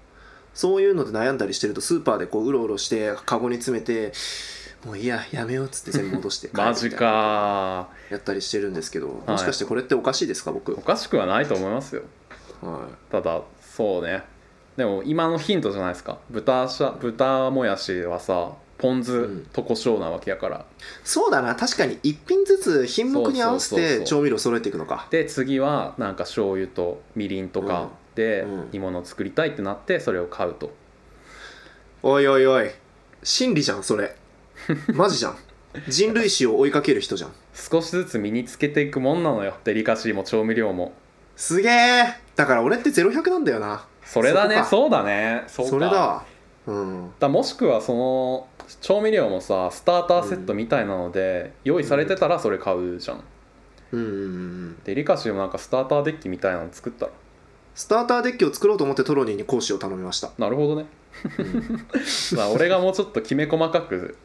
[SPEAKER 1] そういうので悩んだりしてるとスーパーでこううろうろしてカゴに詰めてもういいややめようっつって全部戻して 帰るみたい
[SPEAKER 2] マ
[SPEAKER 1] な
[SPEAKER 2] ジか
[SPEAKER 1] やったりしてるんですけどもしかしてこれっておかしいですか僕、
[SPEAKER 2] おかしくはないと思いますよ
[SPEAKER 1] は
[SPEAKER 2] ただそうねでも今のヒントじゃないですか豚しゃ豚もやしはさポ
[SPEAKER 1] う
[SPEAKER 2] ン
[SPEAKER 1] ん
[SPEAKER 2] 酢と胡椒なわけやから、
[SPEAKER 1] い、そうだな確かに一品ずつ品目に合わせ
[SPEAKER 2] そうそうそうそ
[SPEAKER 1] て
[SPEAKER 2] う
[SPEAKER 1] 調味料揃えていくのか
[SPEAKER 2] で次はなんか醤油とみりんとかで
[SPEAKER 1] うんうん
[SPEAKER 2] 煮物を作りたいってなってそれを買うと
[SPEAKER 1] おいおいおい真理じゃんそ れマジじゃん人類史を追いかける人じゃん
[SPEAKER 2] 少しずつ身につけていくもんなのよデリカシーも調味料も
[SPEAKER 1] すげえだから俺って0100なんだよな
[SPEAKER 2] それだ
[SPEAKER 1] そ
[SPEAKER 2] ね
[SPEAKER 1] こか
[SPEAKER 2] そうだねそ
[SPEAKER 1] そう
[SPEAKER 2] か
[SPEAKER 1] れだわうん
[SPEAKER 2] だもしくはその調味料もさスターターセットみたいなので、用意されてたらそれ買うじゃん
[SPEAKER 1] うんうんうんうん
[SPEAKER 2] デリカシーもなんかスターターデッキみたいなの作ったら
[SPEAKER 1] スターターデッキを作ろうと思ってトロニーに講師を頼みました、
[SPEAKER 2] なるほどね
[SPEAKER 1] うん
[SPEAKER 2] まあ俺がもうちょっときめ細かく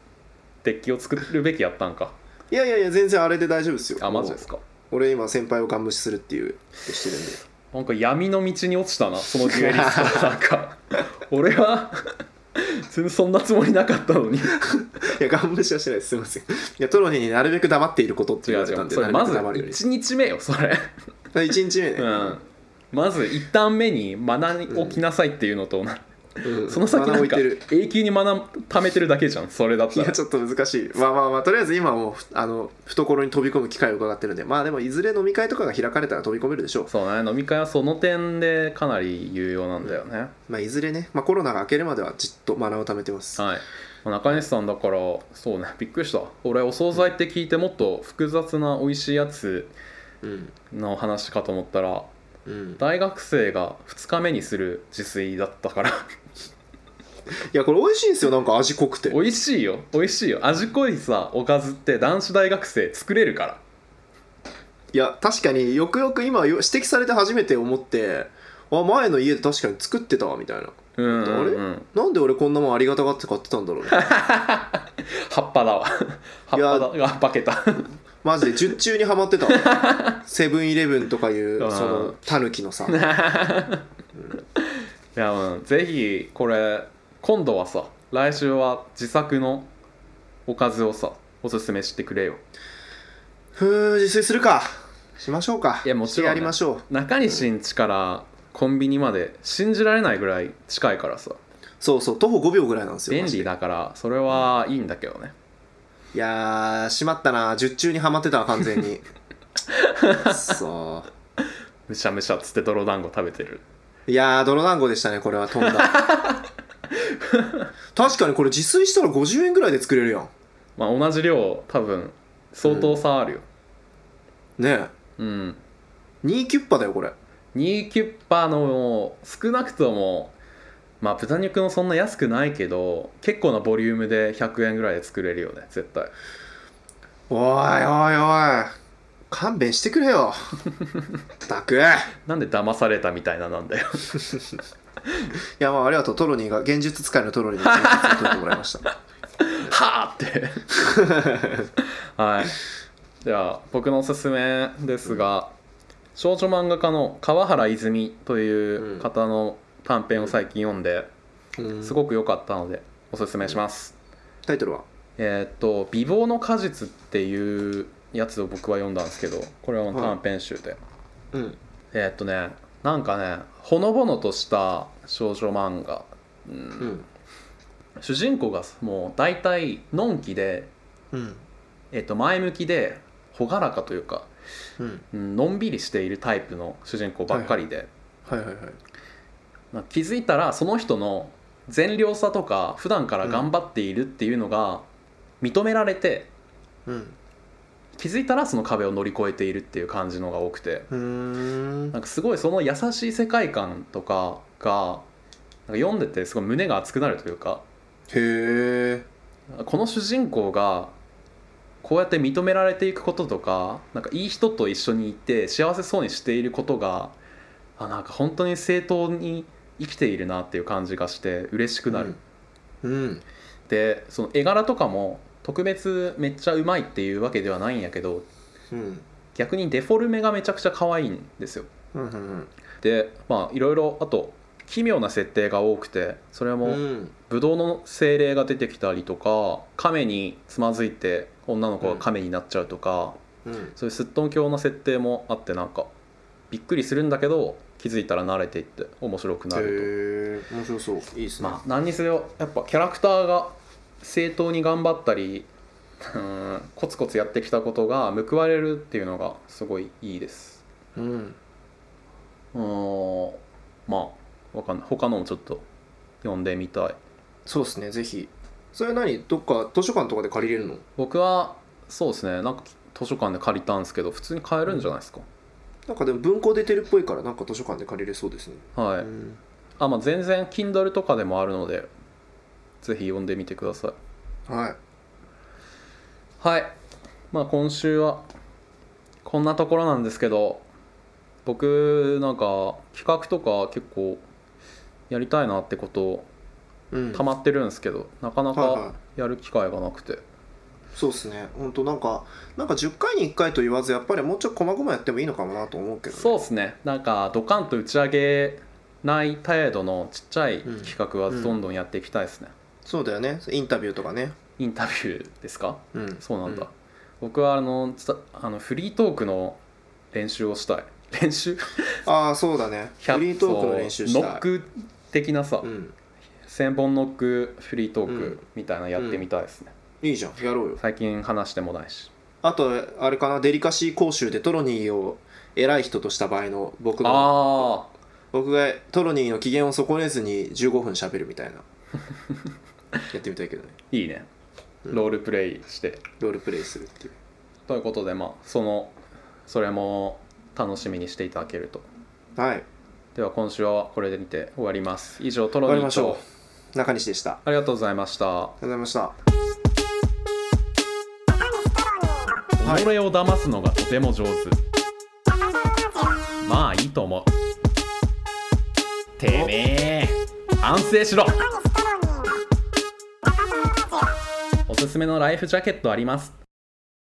[SPEAKER 2] デッキを作るべきやったんか
[SPEAKER 1] いやいやいや全然あれで大丈夫ですよ
[SPEAKER 2] あマジですか
[SPEAKER 1] もう俺今先輩をガン無視するっていうことしてるんで
[SPEAKER 2] なんか闇の道に落ちたなそのデュエリストなんか 俺は全然そんなつもりなかったのに違
[SPEAKER 1] いや、ガン無視はしてないです。すみません。 いや、トロニーになるべく黙っていることって言
[SPEAKER 2] う
[SPEAKER 1] われ
[SPEAKER 2] 違
[SPEAKER 1] たん
[SPEAKER 2] う
[SPEAKER 1] で、
[SPEAKER 2] それまず
[SPEAKER 1] なるべく黙るよ
[SPEAKER 2] 1日目よそれ
[SPEAKER 1] うに。1日目ね。
[SPEAKER 2] うんまず一旦目に学に置きなさいっていうのと、
[SPEAKER 1] うん
[SPEAKER 2] その先
[SPEAKER 1] まだ
[SPEAKER 2] な
[SPEAKER 1] 置
[SPEAKER 2] ん
[SPEAKER 1] い
[SPEAKER 2] か
[SPEAKER 1] てる。
[SPEAKER 2] 永久に学貯めてるだけじゃんそれだっ
[SPEAKER 1] い
[SPEAKER 2] たら
[SPEAKER 1] や、ちょっと難しい。まあまあまあ、とりあえず今はもう、ふあの、懐に飛び込む機会を伺ってるんで、まあでも、いずれ飲み会とかが開かれたら飛び込めるでしょう。
[SPEAKER 2] そうね飲み会はその点でかなり有用なんだよね、
[SPEAKER 1] まあ、いずれね、まあコロナが明けるまではじっとマナーを貯めてます。
[SPEAKER 2] はいまあ中西さんだからそうねびっくりした俺お惣菜って聞いてもっと複雑な美味しいやつ
[SPEAKER 1] うん。
[SPEAKER 2] の話かと思ったら
[SPEAKER 1] うん。
[SPEAKER 2] 大学生が2日目にする自炊だったから
[SPEAKER 1] いや、これ美味しいんですよ。なんか味濃くて。
[SPEAKER 2] 美味しいよ美味しいよ味濃いさおかずって男子大学生作れるから
[SPEAKER 1] いや、確かによくよく今よ指摘されて初めて思って、あ、前の家で確かに作ってたわ、みたいな。
[SPEAKER 2] うんうん、うん、
[SPEAKER 1] なんで俺こんなもんありがたがって買ってたんだ ろうね。
[SPEAKER 2] 葉っぱだわ葉っぱだが化けた
[SPEAKER 1] マジで術中にはまってたわセブンイレブンとかいう
[SPEAKER 2] あー
[SPEAKER 1] そのタヌキのさ
[SPEAKER 2] いやうんぜひこれ今度はさ来週は自作のおかずをさおすすめしてくれよ
[SPEAKER 1] ふう自炊するかしましょうか
[SPEAKER 2] いやもち
[SPEAKER 1] して
[SPEAKER 2] ろんね
[SPEAKER 1] やりましょう
[SPEAKER 2] 中西ん家からコンビニまで信じられないぐらい近いからさ
[SPEAKER 1] そうそう徒歩5秒ぐらいなんですよ
[SPEAKER 2] 便
[SPEAKER 1] マジ
[SPEAKER 2] 利
[SPEAKER 1] で
[SPEAKER 2] だからそれはいいんだけどね
[SPEAKER 1] いやーしまったな術中にはまってたわ完全 にそ
[SPEAKER 2] むしゃむしゃっつって泥団子食べてる
[SPEAKER 1] ういやー泥団子でしたねこれは飛 んだ確かにこれ自炊したら50円ぐらいで作れるやん
[SPEAKER 2] まあ同じ量多分相当差あるよ
[SPEAKER 1] ね
[SPEAKER 2] うん、
[SPEAKER 1] え2キュッパだよこれ
[SPEAKER 2] ニーキュッパーのもう少なくともまあ豚肉のそんな安くないけど結構なボリュームで100円ぐらいで作れるよね絶対
[SPEAKER 1] おいおいおい勘弁してくれよったく
[SPEAKER 2] なんで騙されたみたいななんだよ
[SPEAKER 1] いやまあありがとうトロニーが現実使いのトロニーが現実を撮ってもらいました
[SPEAKER 2] はあって はいでは僕のおすすめですが少女漫画家の川原泉という方の短編を最近読んで
[SPEAKER 1] うん
[SPEAKER 2] すごく良かったのでおすすめします
[SPEAKER 1] タイトルは
[SPEAKER 2] えーっと「美貌の果実」っていうやつを僕は読んだんですけどこれはもう短編集で、
[SPEAKER 1] うん
[SPEAKER 2] えーっとねなんかねほのぼのとした少女漫画、うん
[SPEAKER 1] うん
[SPEAKER 2] 主人公がもう大体のんきで、
[SPEAKER 1] うん
[SPEAKER 2] えーっと前向きで朗らかというか、
[SPEAKER 1] うん
[SPEAKER 2] うんのんびりしているタイプの主人公ばっかりで、
[SPEAKER 1] はいはいはい
[SPEAKER 2] まあ気づいたらその人の善良さとか普段から頑張っているっていうのが認められて、
[SPEAKER 1] うん
[SPEAKER 2] 気づいたらその壁を乗り越えているっていう感じのが多くて
[SPEAKER 1] うーん
[SPEAKER 2] なんかすごいその優しい世界観とかがなんか読んでてすごい胸が熱くなるというか
[SPEAKER 1] へえ
[SPEAKER 2] この主人公がこうやって認められていくこととかなんかいい人と一緒にいて幸せそうにしていることがあなんか本当に正当に生きているなっていう感じがして嬉しくなる、
[SPEAKER 1] うん
[SPEAKER 2] でその絵柄とかも特別めっちゃうまいっていうわけではないんやけど
[SPEAKER 1] うん
[SPEAKER 2] 逆にデフォルメがめちゃくちゃ可愛いんですよ
[SPEAKER 1] うんうんうん
[SPEAKER 2] でまあいろいろあと奇妙な設定が多くてそれも
[SPEAKER 1] うん
[SPEAKER 2] ブドウの精霊が出てきたりとか亀につまずいて女の子が亀になっちゃうとか、
[SPEAKER 1] うん
[SPEAKER 2] そういうすっとん教の設定もあってなんかびっくりするんだけど気づいたら慣れていって面白くなる
[SPEAKER 1] へえ面白そういいです
[SPEAKER 2] と、
[SPEAKER 1] ね、
[SPEAKER 2] まあ何にせよやっぱキャラクターが正当に頑張ったり うんコツコツやってきたことが報われるっていうのがすごいいいです
[SPEAKER 1] うん
[SPEAKER 2] うーんまあわかんない他のもちょっと読んでみたい
[SPEAKER 1] そうですねぜひそれは何どっか図書館とかで借りれるの
[SPEAKER 2] 僕はそうですねなんか図書館で借りたんですけど普通に買えるんじゃないですか、
[SPEAKER 1] なんかでも文庫出てるっぽいからなんか図書館で借りれそうですね、
[SPEAKER 2] はい、
[SPEAKER 1] うん
[SPEAKER 2] あまあ全然 Kindle とかでもあるのでぜひ読んでみてください
[SPEAKER 1] はい
[SPEAKER 2] はいまあ今週はこんなところなんですけど僕なんか企画とか結構やりたいなってこと
[SPEAKER 1] うん、
[SPEAKER 2] 溜まってるんですけど、なかな
[SPEAKER 1] はいはい
[SPEAKER 2] かやる機会がなくて、
[SPEAKER 1] そうですね本当なんかなんか10回に1回と言わずやっぱりもうちょっと細々やってもいいのかもなと思うけど、ね、
[SPEAKER 2] そうですねなんかドカンと打ち上げない程度のちっちゃい企画はどんどんやっていきたいですね、
[SPEAKER 1] そうだよねインタビューとかね
[SPEAKER 2] インタビューですか
[SPEAKER 1] うん
[SPEAKER 2] そうなんだ、僕はあのつたあのフリートークの練習をしたい練 習
[SPEAKER 1] ああそうだねフリートークの練習したい
[SPEAKER 2] ノック的なさ、
[SPEAKER 1] うん
[SPEAKER 2] 千本ノックフリート
[SPEAKER 1] う
[SPEAKER 2] ーク
[SPEAKER 1] ん
[SPEAKER 2] みたいなやってみたいですね、
[SPEAKER 1] いいじゃんやろうよ
[SPEAKER 2] 最近話してもないし
[SPEAKER 1] あとあれかなデリカシー講習でトロニーを偉い人とした場合の僕の
[SPEAKER 2] ああ
[SPEAKER 1] 僕がトロニーの機嫌を損ねずに15分しゃべるみたいな やってみたいけどね
[SPEAKER 2] いいね
[SPEAKER 1] うん
[SPEAKER 2] ロールプレイして、
[SPEAKER 1] ロールプレイするっていう
[SPEAKER 2] ということでまあそのそれも楽しみにしていただけると
[SPEAKER 1] はい
[SPEAKER 2] では今週はこれで見て終わります以上ト
[SPEAKER 1] 終
[SPEAKER 2] ロ
[SPEAKER 1] わ
[SPEAKER 2] ニ
[SPEAKER 1] り
[SPEAKER 2] ー
[SPEAKER 1] ましょ
[SPEAKER 2] と
[SPEAKER 1] う中西でしたあ
[SPEAKER 2] ありがとうございました
[SPEAKER 1] りがとうございましたはい
[SPEAKER 2] 己を騙すのがとても上手まあいいと思うてめえ反省しろおすすめのライフジャケットあります